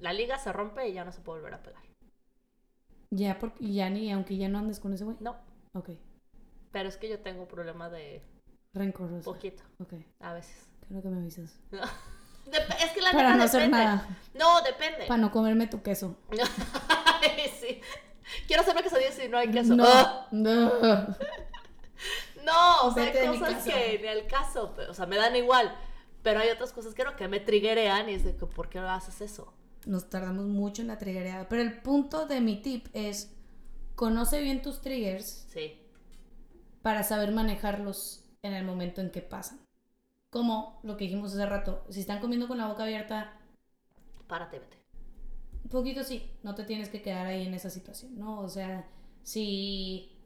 La liga se rompe y ya no se puede volver a pegar. Ya, porque ya ni, aunque ya no andes con ese güey. No, Ok, pero es que yo tengo un problema de rencoroso. poquito, Ok, a veces. creo que me avisas. Dep- es que la Para neta no hacer depende. nada, No, depende. para no comerme tu queso. Ay, sí. Quiero saber que se dice si no hay queso. No, Ah, no. No, o sea, Vete de hay mi cosas casa. que en el caso, o sea, me dan igual. Pero hay otras cosas que no, que me triggerean y es de que, ¿por qué haces eso? Nos tardamos mucho en la triggereada. Pero el punto de mi tip es, conoce bien tus triggers Sí, para saber manejarlos en el momento en que pasan. Como lo que dijimos hace rato, si están comiendo con la boca abierta, párate, vete. un poquito sí, no te tienes que quedar ahí en esa situación, ¿no? O sea, si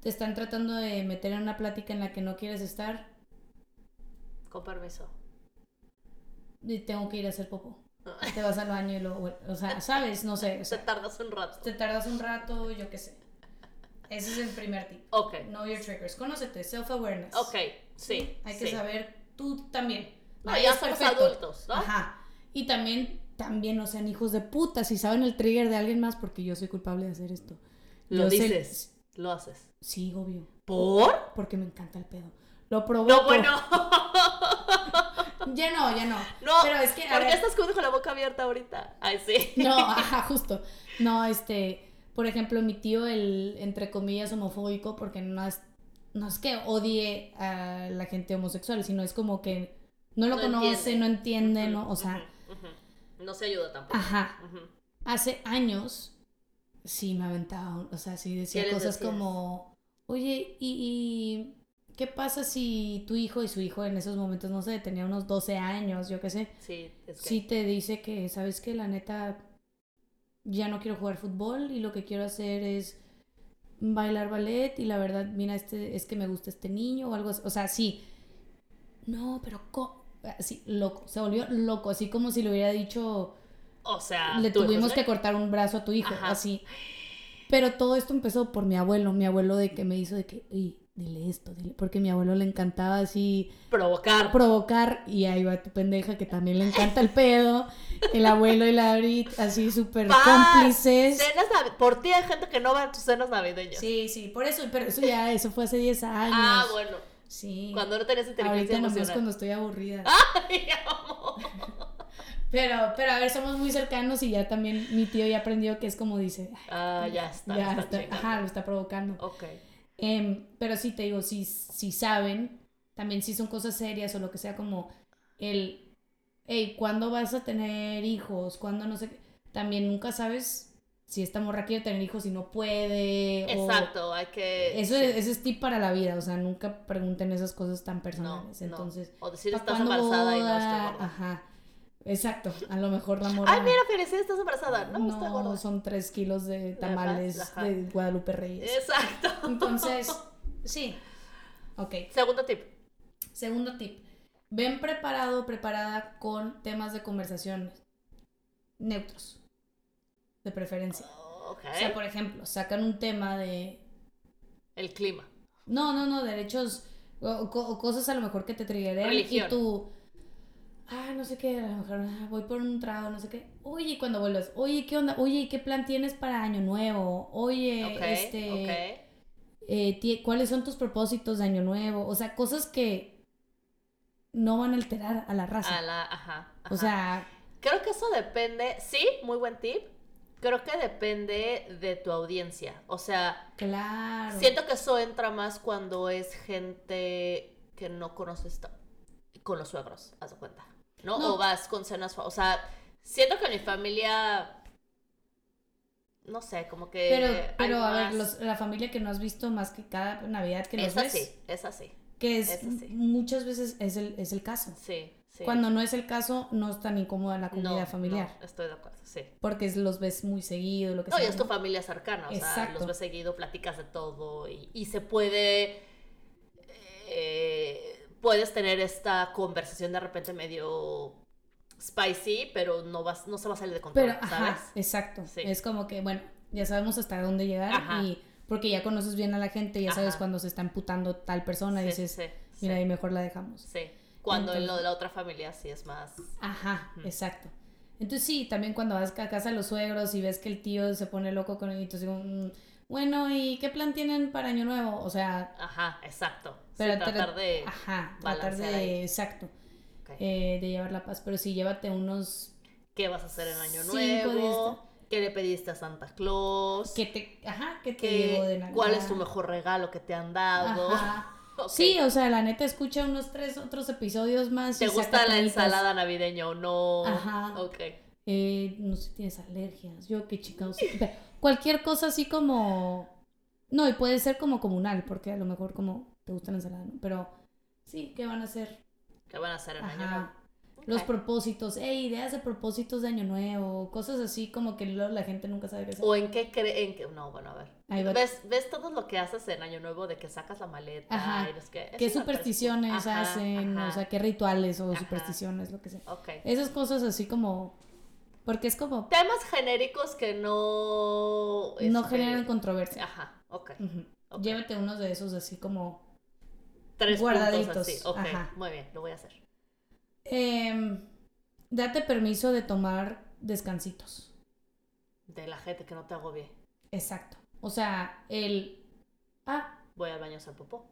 te están tratando de meter en una plática en la que no quieres estar, Con permiso. de- tengo que ir a hacer popó. Te vas al baño y luego, bueno, o sea, sabes, no sé, o Te sea, tardas un rato. te tardas un rato, yo qué sé. Ese es el primer tip. Ok, Know your triggers, conócete, self-awareness. ok, sí. Hay sí. que saber tú también. No, Nadie ya es somos perfecto. adultos, ¿no? Ajá. Y también, también no sean hijos de puta si saben el trigger de alguien más, porque yo soy culpable de hacer esto. Lo Yo sé- dices. Lo haces. Sí, obvio. ¿Por? Porque me encanta el pedo. Lo provoco. No, bueno, Ya no, ya no. no. Pero es que. a ¿Por qué ver- estás comiendo con la boca abierta ahorita? Ay, sí. No, ajá, justo. No, este. Por ejemplo, mi tío, el entre comillas homofóbico, porque no es, no es que odie a la gente homosexual, sino es como que no lo No conoce, entiende. no entiende, Ujú, ¿no? O sea, Ah. ujú, ujú. No se ayuda tampoco. ajá. Ujú. hace años sí me aventaba, un- o sea, sí decía ¿Qué les cosas decías? como, oye, ¿y, y qué pasa si tu hijo y su hijo en esos momentos, no sé, tenía unos 12 años, yo qué sé, Sí, es que. si te dice que, sabes que la neta, ya no quiero jugar fútbol y lo que quiero hacer es bailar ballet y la verdad, mira, este es que me gusta este niño o algo así, o sea, sí, no, pero... co- Así, loco, se volvió loco, así como si le hubiera dicho, O sea, le Ah, tú, tuvimos José. que cortar un brazo a tu hijo, Ajá. así. Pero todo esto empezó por mi abuelo, mi abuelo de que me hizo de que, uy, dile esto, dile, porque a mi abuelo le encantaba así provocar. provocar y ahí va tu pendeja que también le encanta el pedo, el abuelo y la Brit así súper Paz, cómplices. Cenas nav- Por ti hay gente que no va a tus cenas navideñas. Sí, sí, por eso, pero eso ya, eso fue hace 10 años. Ah, bueno. Sí. Cuando no tenías inteligencia Ahorita nomás emocional. Ah. cuando estoy aburrida. Ay, amor. Pero, pero a ver, somos muy cercanos y ya también mi tío ya aprendió que es como dice, "Ay, Ah, ya está. ya está está, chingando. ajá, lo está provocando. Ok. Em, pero sí te digo, si, si saben, también si son cosas serias o lo que sea, como el hey, ¿cuándo vas a tener hijos? ¿Cuándo no sé qué? También nunca sabes si esta morra quiere tener hijos y no puede. o- Exacto, hay que. Eso, sí, es, eso es tip para la vida, o sea, nunca pregunten esas cosas tan no, personales. no. Entonces, O decir ¿pa' estás cuándo embarazada y no estoy boda? gorda. Ajá, exacto, a lo mejor la morra... Ay, mira, Felicidad, estás embarazada. No, no, estoy gorda. son tres kilos de tamales ajá. de Guadalupe Reyes. Exacto. Entonces, sí. Ok, Segundo tip. segundo tip. Ven preparado o preparada con temas de conversación neutros, de preferencia. Ok. O sea, pues, por ejemplo, sacan un tema de El clima. No, no, no, derechos o, o co- o cosas a lo mejor que te triggerean y Religión. tú, ah, no sé qué, a lo mejor ah, voy por un trago, no sé qué. Oye, cuando vuelvas, oye, ¿qué onda? Oye, ¿qué plan tienes para Año Nuevo? Oye, Ok, este, eh, ti- ¿cuáles son tus propósitos de Año Nuevo? O sea, cosas que no van a alterar a la ok. raza. A la, ajá, O ajá. sea, Creo que eso depende, sí, muy buen tip. Creo que depende de tu audiencia. O sea, claro. siento que eso entra más cuando es gente que no conoces ta- con los suegros, haz de cuenta. ¿No? No. O vas con cenas. fa- O sea, siento que mi familia. No sé, como que. Pero, hay pero a ver, más- los- la familia que no has visto más que cada Navidad que nos es ves, así, es así. que es, es así. muchas veces es el, es el caso. Sí, sí. Cuando no es el caso, no es tan incómoda la No, comida familiar. no, estoy de acuerdo, sí. Porque es- los ves muy seguido, lo que No, y sea. es tu familia cercana, o sea, Exacto. los ves seguido, platicas de todo y, y se puede. eh, puedes tener esta conversación de repente medio spicy, pero no vas no se va a salir de control, Pero, ajá, ¿sabes? exacto. Sí. Es como que, bueno, ya sabemos hasta dónde llegar Ajá. y porque ya conoces bien a la gente, ya sabes Ajá. cuando se está emputando tal persona, Sí, dices, sí, sí, mira, ahí mejor la dejamos. sí. Cuando en lo de Entonces- la otra familia sí es más. Ajá, Ujú. exacto. Entonces sí, también cuando vas a casa de los suegros y ves que el tío se pone loco con el entonces digo, mm, bueno, ¿y qué plan tienen para Año Nuevo? O sea, Ajá, exacto. Sí, pero tra- tratar de. Ajá, tratar balancear ahí. de... Exacto. ok, eh, de llevar la paz, pero sí, llévate unos ¿Qué vas a hacer en Año cinco de Nuevo? ¿Qué le pediste a Santa Claus? que te, ajá, que te ¿Qué- llegó de Navidad. ¿Cuál es tu mejor regalo que te han dado? Ajá. Ok. Sí, o sea, la neta escucha unos tres otros episodios más. ¿Te y saca gusta la caritas. ensalada navideña o no? Ajá. Ok. Eh, no sé, tienes alergias. Yo qué chingados. Pero Cualquier cosa así como no, y puede ser como comunal, porque a lo mejor como te gusta la ensalada, ¿no? Pero sí, ¿qué van a hacer? ¿Qué van a hacer en año nuevo? Ajá. Los Ok. propósitos, eh, ideas de propósitos de año nuevo, cosas así como que luego la gente nunca sabe qué hacer. ¿O en qué creen que.? No, bueno, a ver. Ahí va. ¿Ves, ¿Ves todo lo que haces en Año Nuevo de que sacas la maleta? Ajá. y no sé Eso qué me parece- supersticiones Ajá, hacen, ajá. o sea, eh, qué rituales o Ajá. supersticiones, lo que sea. Ok. Esas cosas así como... Porque es como... Temas genéricos que no. No este, generan controversia. Ajá, ok. Ujú. Ah, ok. Llévate unos de esos así como... Tres guardaditos, puntos así. Ok, ajá. muy bien, lo voy a hacer. em, date permiso de tomar descansitos. De la gente que no te agobie. Exacto. O sea, el... Ah, Voy al baño a hacer popó.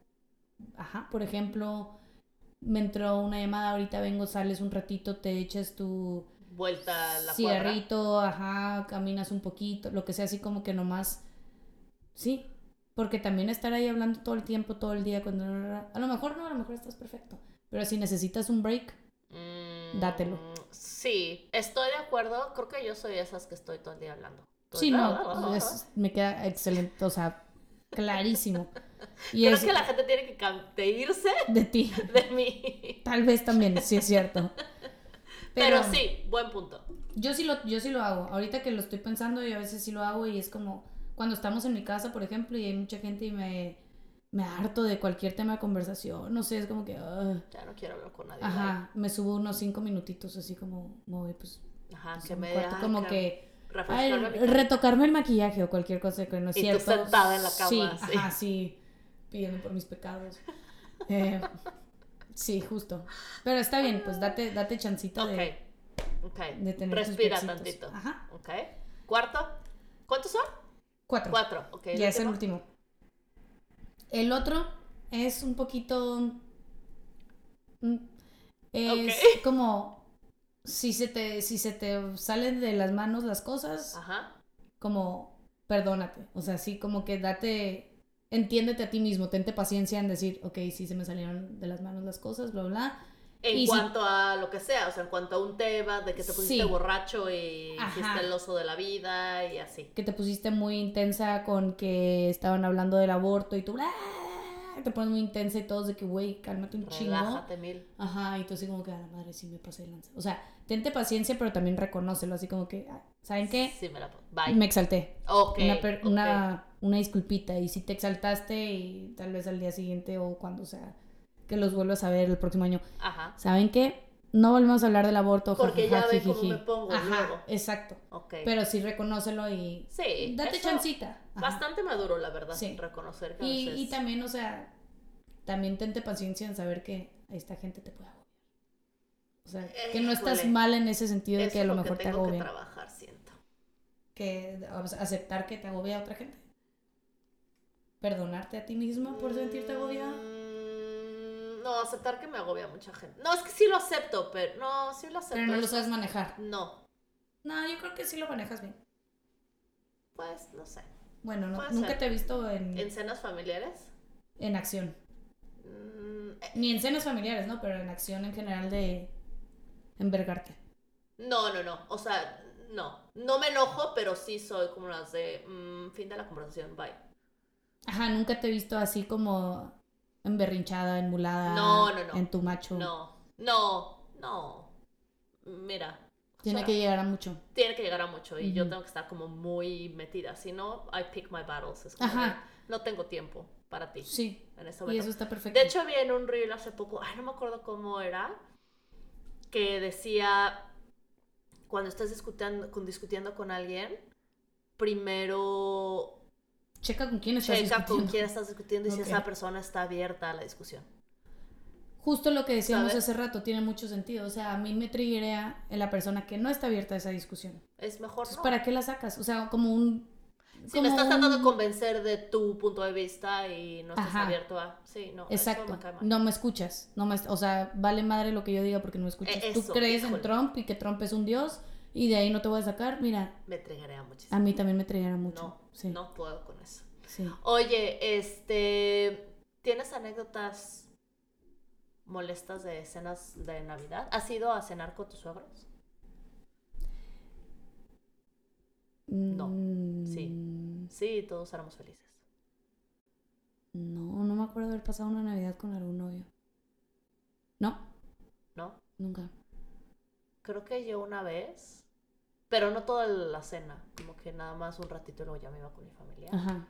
ajá, por ejemplo, me entró una llamada, ahorita vengo, sales un ratito, te echas tu... Vuelta a la cuadra. cigarrito, ajá, caminas un poquito, lo que sea, así como que nomás, sí, porque también estar ahí hablando todo el tiempo, todo el día, cuando a lo mejor no, a lo mejor estás perfecto, pero si necesitas un break, Mm, Dátelo. Sí, estoy de acuerdo. Creo que yo soy de esas que estoy todo el día hablando. Todo sí, el- no, es- me queda excelente, o sea, clarísimo. Y Creo es que la gente tiene que cam- de irse de ti, de mí. tal vez también, sí es cierto. Pero, sí, buen punto. Yo sí lo, yo sí lo hago. Ahorita que lo estoy pensando, yo a veces sí lo hago y es como cuando estamos en mi casa, por ejemplo, y hay mucha gente y me, me harto de cualquier tema de conversación. No sé, es como que. ah, Ya no quiero hablar con nadie. ajá, me subo unos cinco minutitos así como, no, güey, pues. bye. Ajá, pues, que en me mi cuarto, ay, como ca- que. ay, refrescarme mi cara. retocarme el maquillaje o cualquier cosa que no es Pues Y tú cierto. sentada en la cama, Sí, sí. ajá, sí, pidiendo por mis pecados. Eh, sí, justo. Pero está bien, pues date, date chancita de- Ok, ok. de, tener tus Respira tantito. brexitos. Ajá. Ok. Cuarto. ¿Cuántos son? Cuatro. Cuatro. Ok. el Ya es el último. último. El otro es un poquito. mm, Es Ok. como. Si se, te, si se te salen de las manos las cosas, Ajá. como perdónate. O sea, sí, como que date. Entiéndete a ti mismo, tente paciencia en decir, ok, sí se me salieron de las manos las cosas, bla, bla. En Y si- cuanto a lo que sea, o sea, en cuanto a un tema de que te pusiste Sí. borracho y Ajá. hiciste el oso de la vida y así. que te pusiste muy intensa con que estaban hablando del aborto y tú bla, te pones muy intensa y todos de que, güey, cálmate un chingo. Relájate mil. Ajá, y tú así como que, a la madre, sí me pasé el lance. O sea, tente paciencia, pero también reconócelo, así como que, ah, ¿saben qué? Sí, me la pongo. Bye. Me exalté. Ok. una, per- ok. una, una disculpita. Y si te exaltaste, y tal vez al día siguiente o cuando sea, que los vuelvas a ver el próximo año. Ajá. ¿Saben qué? No volvemos a hablar del aborto. Porque ya ve jajaja, cómo jijiji. me pongo Ajá, luego. exacto. Ok. Pero sí reconócelo y sí. date eso- chancita. Ajá. Bastante maduro, la verdad, Sí. reconocer que a Y, veces- y también, o sea, también tente paciencia en saber que esta gente te puede agobiar. O sea, que no estás Híjole. mal en ese sentido de eso que a es lo lo mejor que te tengo que agobian. trabajar, siento. que o sea, aceptar que te agobia a otra gente. Perdonarte a ti mismo por sentirte agobiado. Mm, No, aceptar que me agobia mucha gente. No, es que sí lo acepto, pero no, sí lo acepto. Pero no lo es- sabes manejar. pues, No, No, yo creo que sí lo manejas bien. pues no sé. Bueno, no- Puede nunca ser. te he visto en, ¿En en... cenas familiares? acción. Mm, eh, Ni en cenas familiares, ¿no? Pero en acción en general de envergarte. No, no, no. O sea, no. No me enojo, pero sí soy como las de mm, fin de la conversación, bye. Ajá, nunca te he visto así como emberrinchada, enmulada. No, no, no. En tu macho. No, no, no. Mira. Tiene o sea, que llegar a mucho. tiene que llegar a mucho y yo Ujú. tengo que estar como muy metida. Si no, I pick my battles. Es como Ajá, de, no tengo tiempo para ti sí. en este Y momento. eso está perfecto. De hecho, vi en un reel hace poco, ay, no me acuerdo cómo era, que decía, cuando estás discutiendo con, discutiendo con alguien, primero checa con quién estás checa con discutiendo. quién estás discutiendo y Ok. si esa persona está abierta a la discusión. Justo lo que decíamos ¿Sabes? hace rato tiene mucho sentido. O sea, a mí me triguea en la persona que no está abierta a esa discusión. Es mejor Entonces, no. ¿para qué la sacas? O sea, como un. si me estás como tratando de un- convencer de tu punto de vista y no estás Ajá. abierto a... Sí, no, eso Exacto. me cae mal. No me escuchas. No me... O sea, vale madre lo que yo diga porque no me escuchas. Eh, Tú eso, crees híjole. en Trump y que Trump es un dios y de ahí no te voy a sacar. Mira, Me triggerea muchísimo. a mí también me triguea mucho. No, sí. no puedo con eso. Sí. Oye, este, ¿tienes anécdotas molestas de cenas de Navidad? ¿Has ido a cenar con tus suegros? No, Mm, sí. Sí, todos éramos felices. No, no me acuerdo haber pasado una Navidad con algún novio. No, ¿No? nunca. Creo que yo una vez, pero no toda la cena, como que nada más un ratito y luego ya me iba con mi familia. Ajá.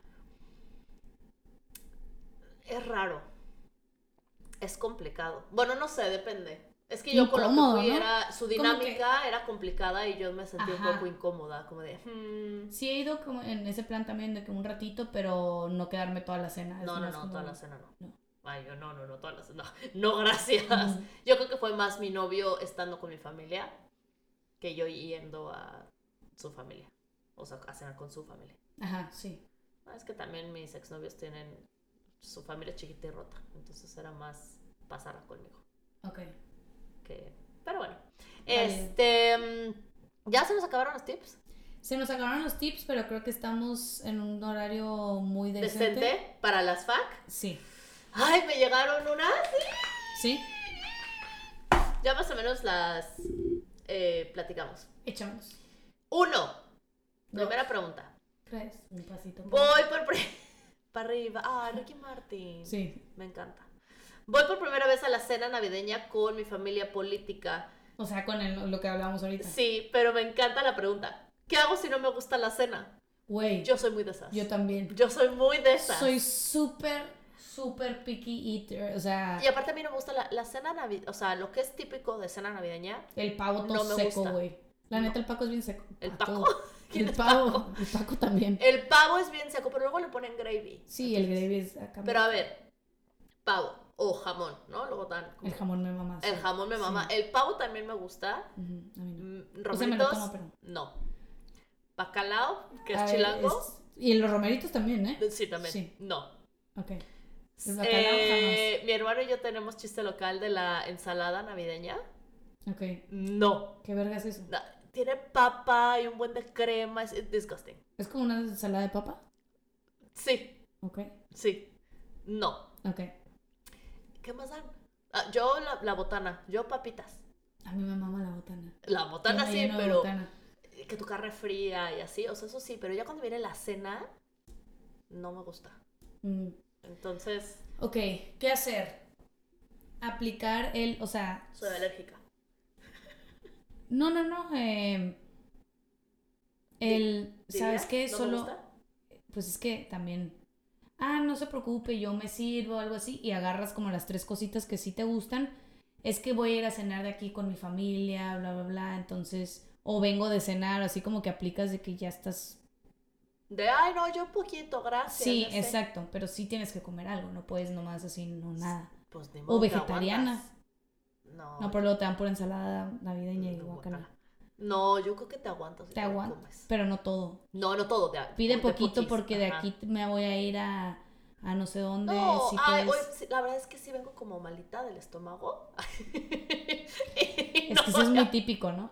Es raro. Es complicado. Bueno, no sé, depende. Es que yo con lo Incómodo, que fui ¿no? era, su que- dinámica era complicada y yo me sentí un Ajá. poco incómoda, como de, "Hmm, Sí he ido como en ese plan también de que un ratito, pero no quedarme toda la cena. es No, no, más no, como- toda la cena no. No. Ay, yo no, no, no, toda la cena. No, no gracias. Ujú. Yo creo que fue más mi novio estando con mi familia que yo yendo a su familia. O sea, a cenar con su familia. Ajá, sí. Ah, Es que también mis exnovios tienen su familia chiquita y rota. Entonces era más pasarla conmigo. Ok. Que... Pero bueno. Válido. Este. mm, ¿Ya se nos acabaron los tips? Se nos acabaron los tips, pero creo que estamos en un horario muy decente. Decente para las FAC. Sí. Ay, me llegaron unas. Sí. Ya más o menos las eh, platicamos. Echamos. Uno. Dos. Primera pregunta. Tres. Un pasito. más. Voy por para arriba. Ah, Ricky Martin. Sí. Me encanta. Voy por primera vez a la cena navideña con mi familia política. O sea, con el- lo que hablábamos ahorita. Sí, pero me encanta la pregunta. ¿Qué hago si no me gusta la cena? Güey, yo, Yo soy muy de esas. también. Yo soy muy de esas. Soy súper, súper picky eater. O sea, Y aparte a mí no me gusta la, la cena navideña, o sea, lo que es típico de cena navideña. el pavo no todo me seco, gusta. güey. La neta, el paco es bien seco. ¿El Paco. ¿Quién El es pavo. El paco también. El pavo es bien seco, pero luego le ponen gravy. Sí, el gravy es acá. Pero a ver, pavo o jamón, ¿no? Luego dan como- El jamón me mama. sí. El jamón me Sí. mama. El pavo también me gusta. Ujú, a mí no. Mm, O sea, me lo Romeritos, tomo, pero. no. Bacalao, que es A ver, chilango. es- Y los romeritos también, ¿eh? Sí, también. Sí. No. Ok. El bacalao Eh, mi hermano y yo tenemos chiste local de la ensalada navideña. Ok. No. ¿Qué verga es eso? No. Tiene papa y un buen de crema. Es es disgusting. ¿Es como una ensalada de papa? Sí, Ok. sí. No. Ok. ¿Qué más dan? Ah, yo la, la botana, yo papitas. A mí me mama la botana. La botana Yo me sí, lleno de pero botana. que tu carne fría y así, o sea, eso sí, pero ya cuando viene la cena, no me gusta. Mm, Entonces, Ok, ¿qué hacer? Aplicar el, o sea, soy alérgica. no, no, no, eh, el, ¿Dirías? ¿sabes qué? ¿No me Solo, gusta? pues es que también, ah, no se preocupe, yo me sirvo, algo así, y agarras como las tres cositas que sí te gustan, es que voy a ir a cenar de aquí con mi familia, bla, bla, bla, entonces, o vengo de cenar, así como que aplicas de que ya estás, De, ay, no, yo un poquito, gracias. sí, Ah, ya sé". exacto, pero sí tienes que comer algo, no puedes nomás así, no nada. Pues ni modo, te vegetariana. aguantas. No, No, pero luego te dan pura ensalada navideña y no, guacala. guácala. No, yo creo que te aguantas. y Te lo aguantas, comes. pero no todo. No, no todo. de- Pide de poquito poquis, porque de ajá. aquí me voy a ir a, a no sé dónde. No, si ay, puedes. hoy sí, la verdad es que sí vengo como malita del estómago. es no, que eso es voy muy a, típico, ¿no?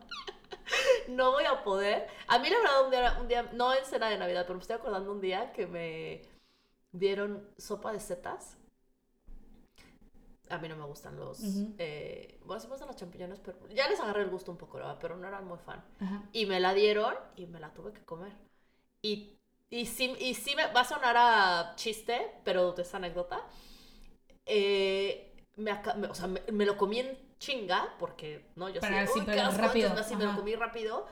no voy a poder. A mí la verdad un día, un día, no en cena de Navidad, pero me estoy acordando un día que me dieron sopa de setas. A mí no me gustan los... Ujú. eh, bueno, sí me gustan los champiñones, pero ya les agarré el gusto un poco, la verdad, pero no eran muy fan. Ajá. Y me la dieron y me la tuve que comer. Y, y, sí, y sí me va a sonar a chiste, pero de esa anécdota. eh, me, aca- me- o sea, me, me lo comí en chinga, porque no, yo Para así, así, "Uy, qué pero asco", rápido, entonces, así me lo ajá. comí rápido.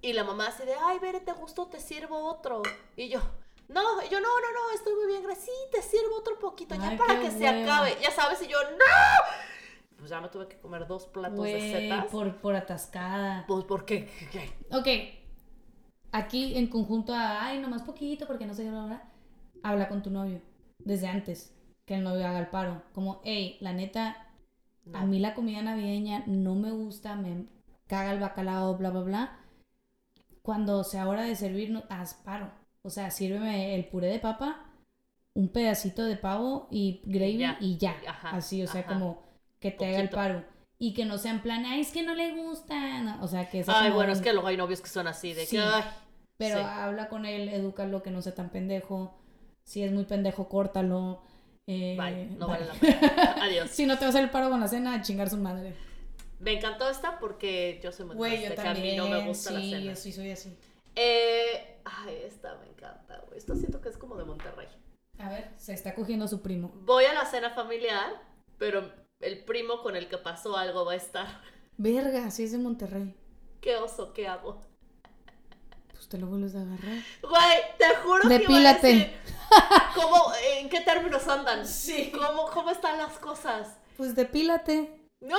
Y la mamá así de, ay, Bere, te gustó, te sirvo otro. Y yo, no, y yo, no, no, no, estoy muy bien, gracias, sí, te sirvo otro poquito, ya Ay, para qué que se hueva. acabe. Ya sabes, y yo, no. Pues ya me tuve que comer dos platos de Güey, pues setas. por, por atascada. Pues porque, Ok. Aquí en conjunto a, ay, nomás poquito porque no sé qué, bla, bla, bla", Habla con tu novio. Desde antes que el novio haga el paro. Como, hey, la neta, no. a mí la comida navideña no me gusta, me caga el bacalao, bla, bla, bla. Cuando sea hora de servir, no, haz paro. O sea, sírveme el puré de papa, un pedacito de pavo y gravy ya. y ya. Ajá, Así, o sea, ajá. como que te haga el Poquito. paro. Y que no sean plan, ay, es que no le gustan. O sea, que sea Ay, como bueno, es un- que luego hay novios que son así, de mm. Sí. que, ay, Pero sí. habla con él, edúcalo, que no sea tan pendejo. Si es muy pendejo, córtalo. Eh, bye, no vale bye. la pena. Adiós. Si no te vas a hacer el paro con la cena, a chingar su madre. Me encantó esta porque yo soy muy Güey, triste, yo pues, que a mí también. no me gusta sí, la cena. yo sí soy así. Eh, ay, esta me encanta, güey. Esta siento que es como de Monterrey. A ver, se está cogiendo a su primo. Voy a la cena familiar, pero el primo con el que pasó algo va a estar. Verga, si es de Monterrey. Qué oso, qué hago. Pues te lo vuelves a agarrar. Güey, te juro Depílate. que iba a decir, ¿cómo, ¿En qué términos andan? Sí. ¿Cómo, ¿Cómo están las cosas? Pues depílate. No.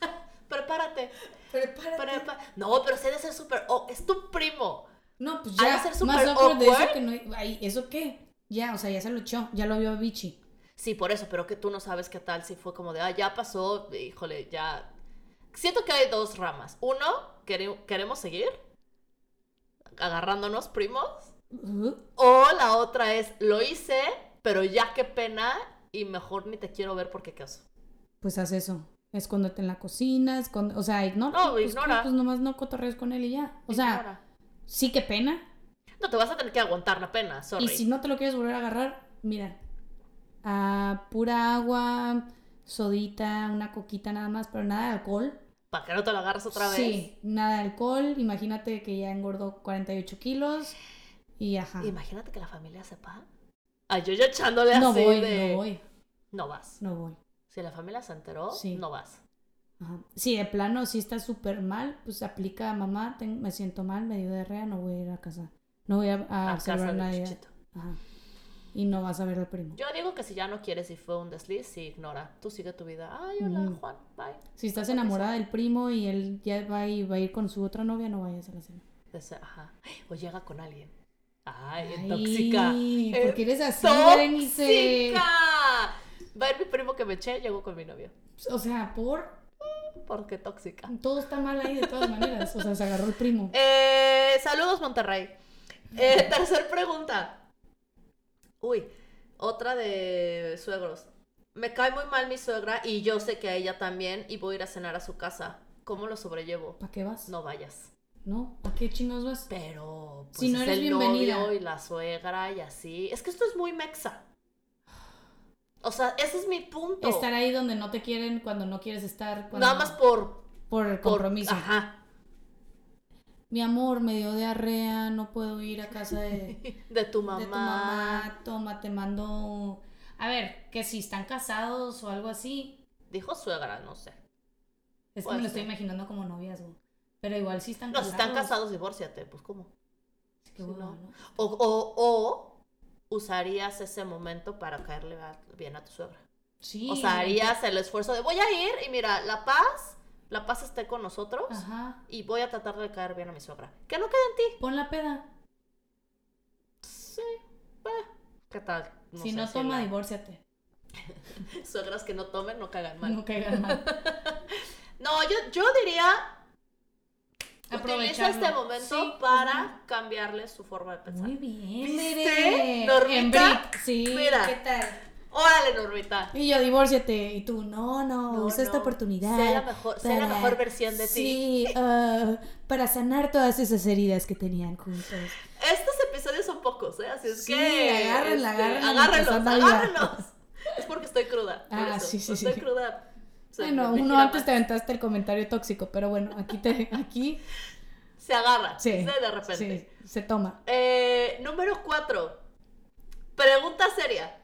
Prepárate. Prepárate. Para- pa- No, pero se debe ser súper. oh, es tu primo. No, pues Ha de ya. ser más súper awkward de eso awkward. que no. Ay, ¿Eso qué? Ya, o sea, ya se lo echó. Ya lo vio a Bichi. Sí, por eso, pero que tú no sabes qué tal. Si fue como de, ah, ya pasó, híjole, ya. Siento que hay dos ramas. Uno, quere- queremos seguir agarrándonos primos. Ujú. O la otra es, lo hice, pero ya qué pena y mejor ni te quiero ver porque qué oso. Pues haz eso. Escóndete en la cocina. esconde- O sea, ignora. No, pues, ignora. Pues nomás no cotorrees con él y ya. O sea, Ignora. sí que pena. no te vas a tener que aguantar la pena, sorry. Y si no te lo quieres volver a agarrar, mira. ah, pura agua, sodita, una coquita nada más, pero nada de alcohol. Para que no te lo agarres otra vez. Sí, nada de alcohol. Imagínate que ya engordó 48 kilos y ajá. Imagínate que la familia sepa. Ah, yo ya echándole No así voy, de. no voy, No vas. no voy. Si la familia se enteró, Sí. no vas. Ajá. Sí, de plano, si está súper mal, pues aplica a mamá, ten- me siento mal, me dio diarrea, no voy a ir a casa. Ah, No voy a, a a casa observar del nadie. chichito. Ajá. Y no vas a ver al primo. Yo digo que si ya no quieres y fue un desliz, sí, ignora. Tú sigue tu vida. Ay, hola, Ujú. Juan, bye. Si estás enamorada del primo y él ya va, y va a ir con su otra novia, no vayas a la cena. Ese- ajá. O llega con alguien. Ay, tóxica. Ay, Eh, Porque eres así, Berenice. ¡Tóxica! Va a ir mi primo que me eché, llegó con mi novio. O sea, por Porque tóxica. todo está mal ahí de todas maneras. O sea, se agarró el primo. Eh, saludos, Monterrey. Eh, tercer pregunta. Uy, otra de suegros. Me cae muy mal mi suegra y yo sé que a ella también y voy a ir a cenar a su casa. ¿Cómo lo sobrellevo? ¿Para qué vas? No vayas. ¿No? ¿A qué chingados vas? Pero pues, Si no es eres el bienvenida. novio y la suegra y así. Es que esto es muy mexa. O sea, ese es mi punto. Estar ahí donde no te quieren, cuando no quieres estar. cuando- Nada más por, por por compromiso. Ajá. Mi amor, me dio diarrea, no puedo ir a casa de, De tu mamá. de tu mamá, toma, te mando... A ver, que si están casados o algo así, Dijo suegra, no sé. es que Puede me lo ser. estoy imaginando como noviazgo. Pero igual si están este. No, si casados. están casados, divórciate. Pues, ¿cómo? Qué si hueva, no. ¿no? O, o, o usarías ese momento para caerle a- bien a tu suegra. Sí. O sea, harías el esfuerzo de voy a ir y mira, la paz, la paz esté con nosotros Ajá. y voy a tratar de caer bien a mi suegra. Que no quede en ti. Pon la peda. Sí. eh, ¿Qué tal? si sé no toma, la- divórciate. Suegras que no tomen no cagan mal. No caigas mal. No, yo, yo diría utiliza Aprovecharlo. este momento Sí, para ajá. cambiarle su forma de pensar. Muy bien, ¿Viste, Bere. Normita? En Brit, Sí. Mira. ¿Qué tal? Órale, Normita. Y yo, divórciate. Y tú, no, no, No, usa esta no. oportunidad. Sé la mejor- sé la mejor versión de ti. Sí, ah, para sanar todas esas heridas que tenían juntos. Estos episodios son pocos, ¿eh? Así es Sí, que. este, agárrenla, agárrenla, Agárrenlos, empezando ya. agárrenlos. Es porque estoy cruda. por Ah, eso. sí, sí, Estoy sí. cruda. Se bueno, me uno gira antes más. te aventaste el comentario tóxico, pero bueno, aquí te, aquí Se agarra. Sí. Sí. De repente. sí, se toma. Eh, número 4. Pregunta seria.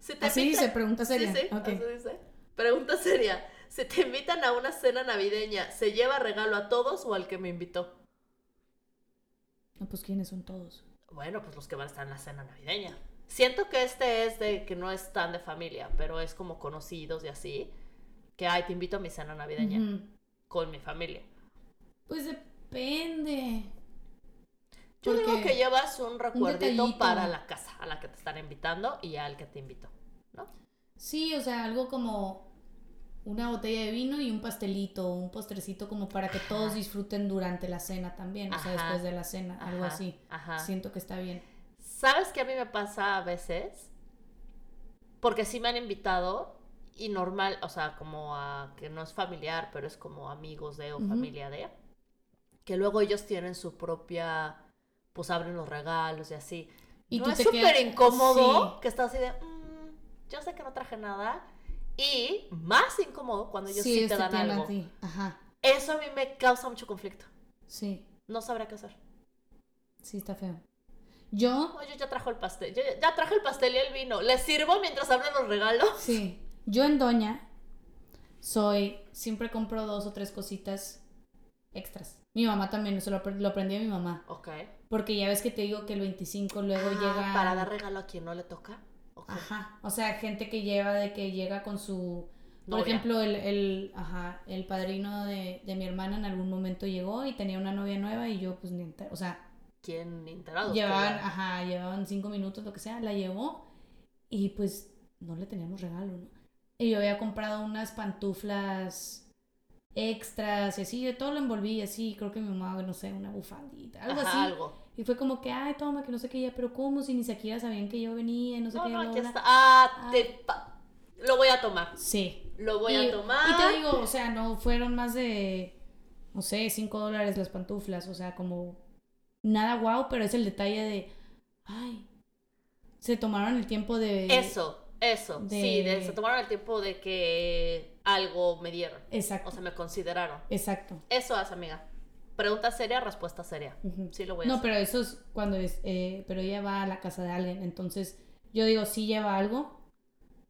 Si te Así invitan- dice, pregunta seria. Sí, sí, Ok. así dice. Pregunta seria. Si te invitan a una cena navideña, ¿se lleva regalo a todos o al que me invitó? No, pues quiénes son todos. Bueno, pues los que van a estar en la cena navideña. Siento que este es de que no es tan de familia, pero es como conocidos y así. Que, ay, te invito a mi cena navideña Ujú. con mi familia. Pues depende. Yo Porque digo que llevas un recuerdito detallito. para la casa a la que te están invitando y al que te invitó. Sí, o sea, algo como una botella de vino y un pastelito, un postrecito como para que todos Ajá. disfruten durante la cena también, o sea, Ajá. después de la cena, algo Ajá, así. Ajá. Siento que está bien. ¿Sabes qué a mí me pasa a veces? Porque sí me han invitado y normal, o sea, como a que no es familiar, pero es como amigos de o Ujú. familia de, que luego ellos tienen su propia, pues abren los regalos y así. Y no tú es te súper quedas- incómodo Sí. que estás así de, "Mm, yo sé que no traje nada. Y más incómodo cuando ellos sí, te este dan tiene a algo. ti. Ajá. Eso a mí me causa mucho conflicto. Sí, No sabrá qué hacer. sí está feo. Yo No, yo ya trajo el pastel. Yo ya- ya traje el pastel y el vino. ¿Les sirvo mientras abren los regalos? Sí, yo en Doña soy, siempre compro dos o tres cositas extras. Mi mamá también, eso lo, apre- lo aprendí a mi mamá. Ok. Porque ya ves que te digo que el 25 luego Ah, llega... Para dar regalo a quien no le toca. Ok. Ajá, o sea, gente que lleva de que llega con su... Por Novia. ejemplo, el, el, ajá, el padrino de, de mi hermana en algún momento llegó y tenía una novia nueva y yo pues ni enter- O sea, ¿Quién enterado? llevaban, ajá, llevaban cinco minutos, lo que sea, la llevó y pues no le teníamos regalo, ¿no? Y yo había comprado unas pantuflas extras y así, de todo lo envolví y así, creo que mi mamá, no sé, una bufandita, algo así. Algo. Y fue como que, ay, toma, que no sé qué, ya, pero ¿cómo? Si ni siquiera sabían que yo venía, y no sé No, qué. no, bla, aquí bla". está. Ah, Ah. te pa- Lo voy a tomar. Sí. Lo voy y, a tomar. Y te digo, o sea, no fueron más de, no sé, 5 dólares las pantuflas, o sea, como nada guau, pero es el detalle de, ay, se tomaron el tiempo de... Eso, eso. de- Sí, de- se tomaron el tiempo de que algo me dieron. O Exacto, sea, me consideraron. exacto. Eso hace, amiga. Pregunta seria, respuesta seria. Ujú. Sí, lo voy a No, hacer. pero eso es cuando es, eh, pero ella va a la casa de alguien, entonces yo digo, sí lleva algo,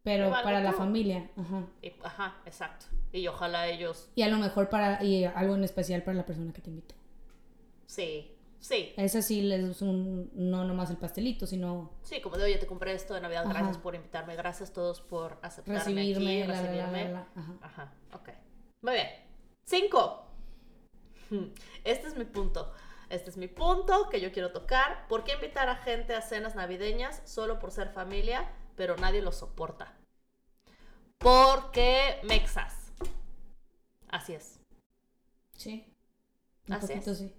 pero Lleva algo para la tú. familia, ajá. Y- ajá, exacto. Y ojalá ellos. Y a lo mejor para, y algo en especial para la persona que te invitó. Sí, sí. A esa sí les es un, no nomás el pastelito, sino Sí, como de, oye, te compré esto de Navidad, Ajá. gracias por invitarme, gracias todos por aceptarme recibirme, aquí, la, la, la, la, recibirme. la, ajá. Ajá, ok. Muy bien. Cinco. Hmm, Este es mi punto. Este es mi punto que yo quiero tocar. ¿Por qué invitar a gente a cenas navideñas solo por ser familia, pero nadie lo soporta? Porque mexas. Así es. Sí. Un Así poquito es. sí.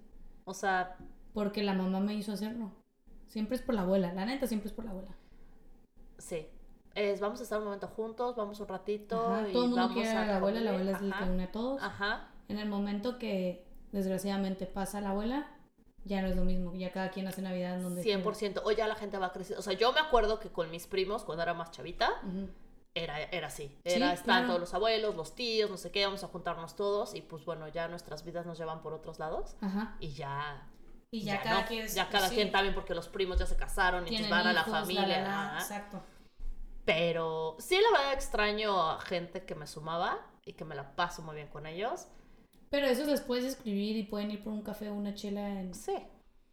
O sea, Porque la mamá me hizo hacerlo. Siempre es por la abuela. La neta siempre es por la abuela. Sí. Es, vamos a estar un momento juntos, vamos un ratito. Ajá, y Todo el mundo vamos quiere a la abuela. La comer. abuela es la Ajá, Ah. que une a todos. Ajá. En el momento que desgraciadamente pasa la abuela, Ya no es lo mismo, ya cada quien hace Navidad en donde quiera. 100%. O ya la gente va creciendo. O sea, yo me acuerdo que con mis primos, cuando era más chavita, Ujú. era, era así. Sí, Era, estaban claro. todos los abuelos, los tíos, no sé qué, vamos a juntarnos todos. Y pues bueno, ya nuestras vidas nos llevan por otros lados. Ajá. Y ya. Y ya, cada no, quien es- Ya cada sí, quien también, porque los primos ya se casaron y tienen entonces van a la hijos, familia. la, la, ajá. Exacto. Pero sí, la verdad, extraño a gente que me sumaba y que me la paso muy bien con ellos. Pero eso les puedes escribir y pueden ir por un café o una chela en Sí.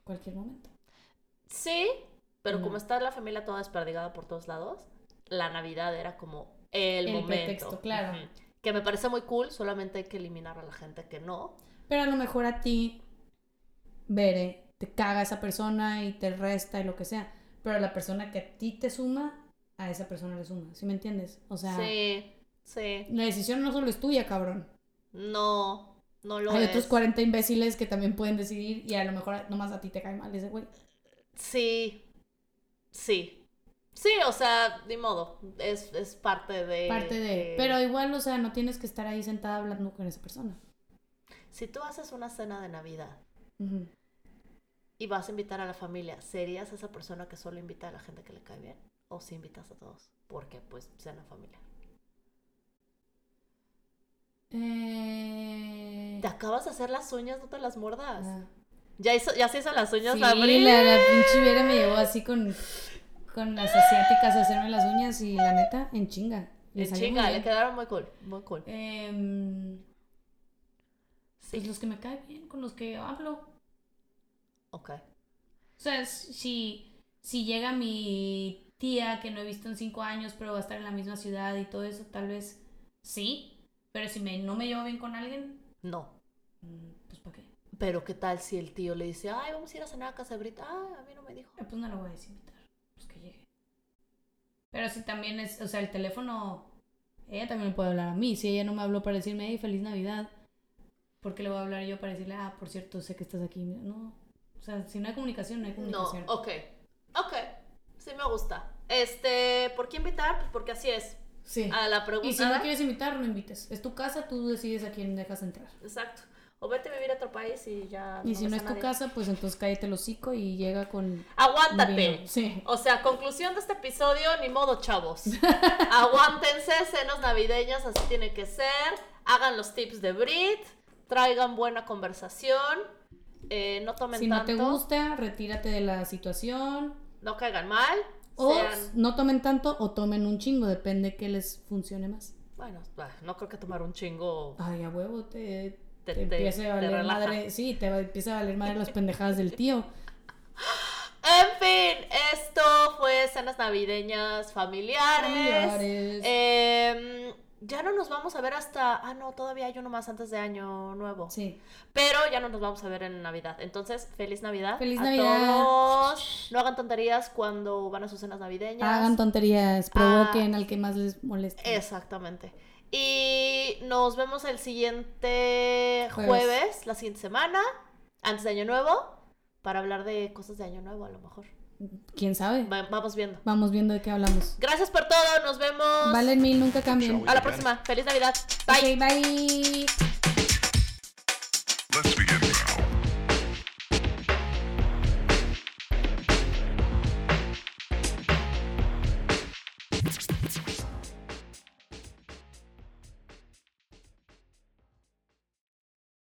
cualquier momento. Sí, pero Mm. como está la familia toda desperdigada por todos lados, la Navidad era como el, El momento. pretexto, claro. Ujú. Que me parece muy cool, solamente hay que eliminar a la gente que no. Pero a lo mejor a ti, Bere, te caga esa persona y te resta y lo que sea. Pero la persona que a ti te suma, a esa persona le suma. ¿Sí me entiendes? O sea, sí, sí. la decisión no solo es tuya, cabrón. No, no lo Hay es. otros 40 imbéciles que también pueden decidir y a lo mejor nomás a ti te cae mal ese güey. Sí, sí. Sí, o sea, ni modo. Es, es parte de. Parte de... eh, Pero igual, o sea, no tienes que estar ahí sentada hablando con esa persona. Si tú haces una cena de Navidad Ujú. y vas a invitar a la familia, ¿serías esa persona que solo invita a la gente que le cae bien? ¿O si invitas a todos? Porque, pues, cena familia. Eh... Te acabas de hacer las uñas, no te las mordas. ah. Ya, hizo, ya se hizo las uñas, Sí, la la, Abril. la pinche Vera me llevó así con, con las asiáticas a hacerme las uñas y la neta, en chinga. Le Eh, salió muy Chinga, le bien. Pues quedaron muy cool, muy cool. Em, pues Sí, los que me caen bien, con los que hablo. O ok. sea, si, si llega mi tía que no he visto en cinco años, pero va a estar en la misma ciudad y todo eso, tal vez sí. Pero si me, no me llevo bien con alguien, No, mm, pues ¿para qué? pero ¿qué tal si el tío le dice, ay, vamos a ir a cenar a casa de Brita? Ay, a mí no me dijo. Eh, Pues no lo voy a desinvitar, pues que llegue. Pero si también es, o sea, el teléfono, ella también me puede hablar a mí. Si ella no me habló para decirme, hey, feliz Navidad, ¿por qué le voy a hablar yo para decirle, ah, por cierto, sé que estás aquí? No, o sea, si no hay comunicación, no hay No, comunicación. ok. Ok, sí me gusta. Este, ¿por qué invitar? Pues porque así es. Sí. A la pregunta. Y si Ah, no quieres invitar, no invites. Es tu casa, tú decides a quién dejas entrar. Exacto. O vete a vivir a otro país y ya. Y si ves no a es tu nadie. casa, pues entonces cállate el hocico y llega con... Aguántate. vino. Sí. O sea, conclusión de este episodio, ni modo, chavos. Aguántense, cenas navideñas, así tiene que ser. Hagan los tips de Brit, traigan buena conversación, eh, no tomen Si no tanto, te gusta, retírate de la situación, no caigan mal. O sean- no tomen tanto o tomen un chingo, depende que les funcione más. Bueno, bah, no creo que tomar un chingo Ay, a huevo, te, te, te, te- empieza te a valer relaja. madre. Sí, te va- empieza a valer madre las pendejadas del tío. En fin, esto fue cenas navideñas familiares. Familiares. eh, Em, ya no nos vamos a ver hasta. Ah, no, todavía hay uno más antes de Año Nuevo. Sí. Pero ya no nos vamos a ver en Navidad. Entonces, feliz Navidad. Feliz a Navidad. todos. No hagan tonterías cuando van a sus cenas navideñas. Hagan tonterías, provoquen Ah. al que más les moleste. Exactamente. Y nos vemos el siguiente jueves. Jueves. la siguiente semana, antes de Año Nuevo, para hablar de cosas de Año Nuevo, a lo mejor. ¿Quién sabe? Va- vamos viendo. Vamos viendo de qué hablamos. Gracias por todo. Nos vemos. Valen mil, nunca cambien. A la próxima. Feliz Navidad. Bye. Ok, bye.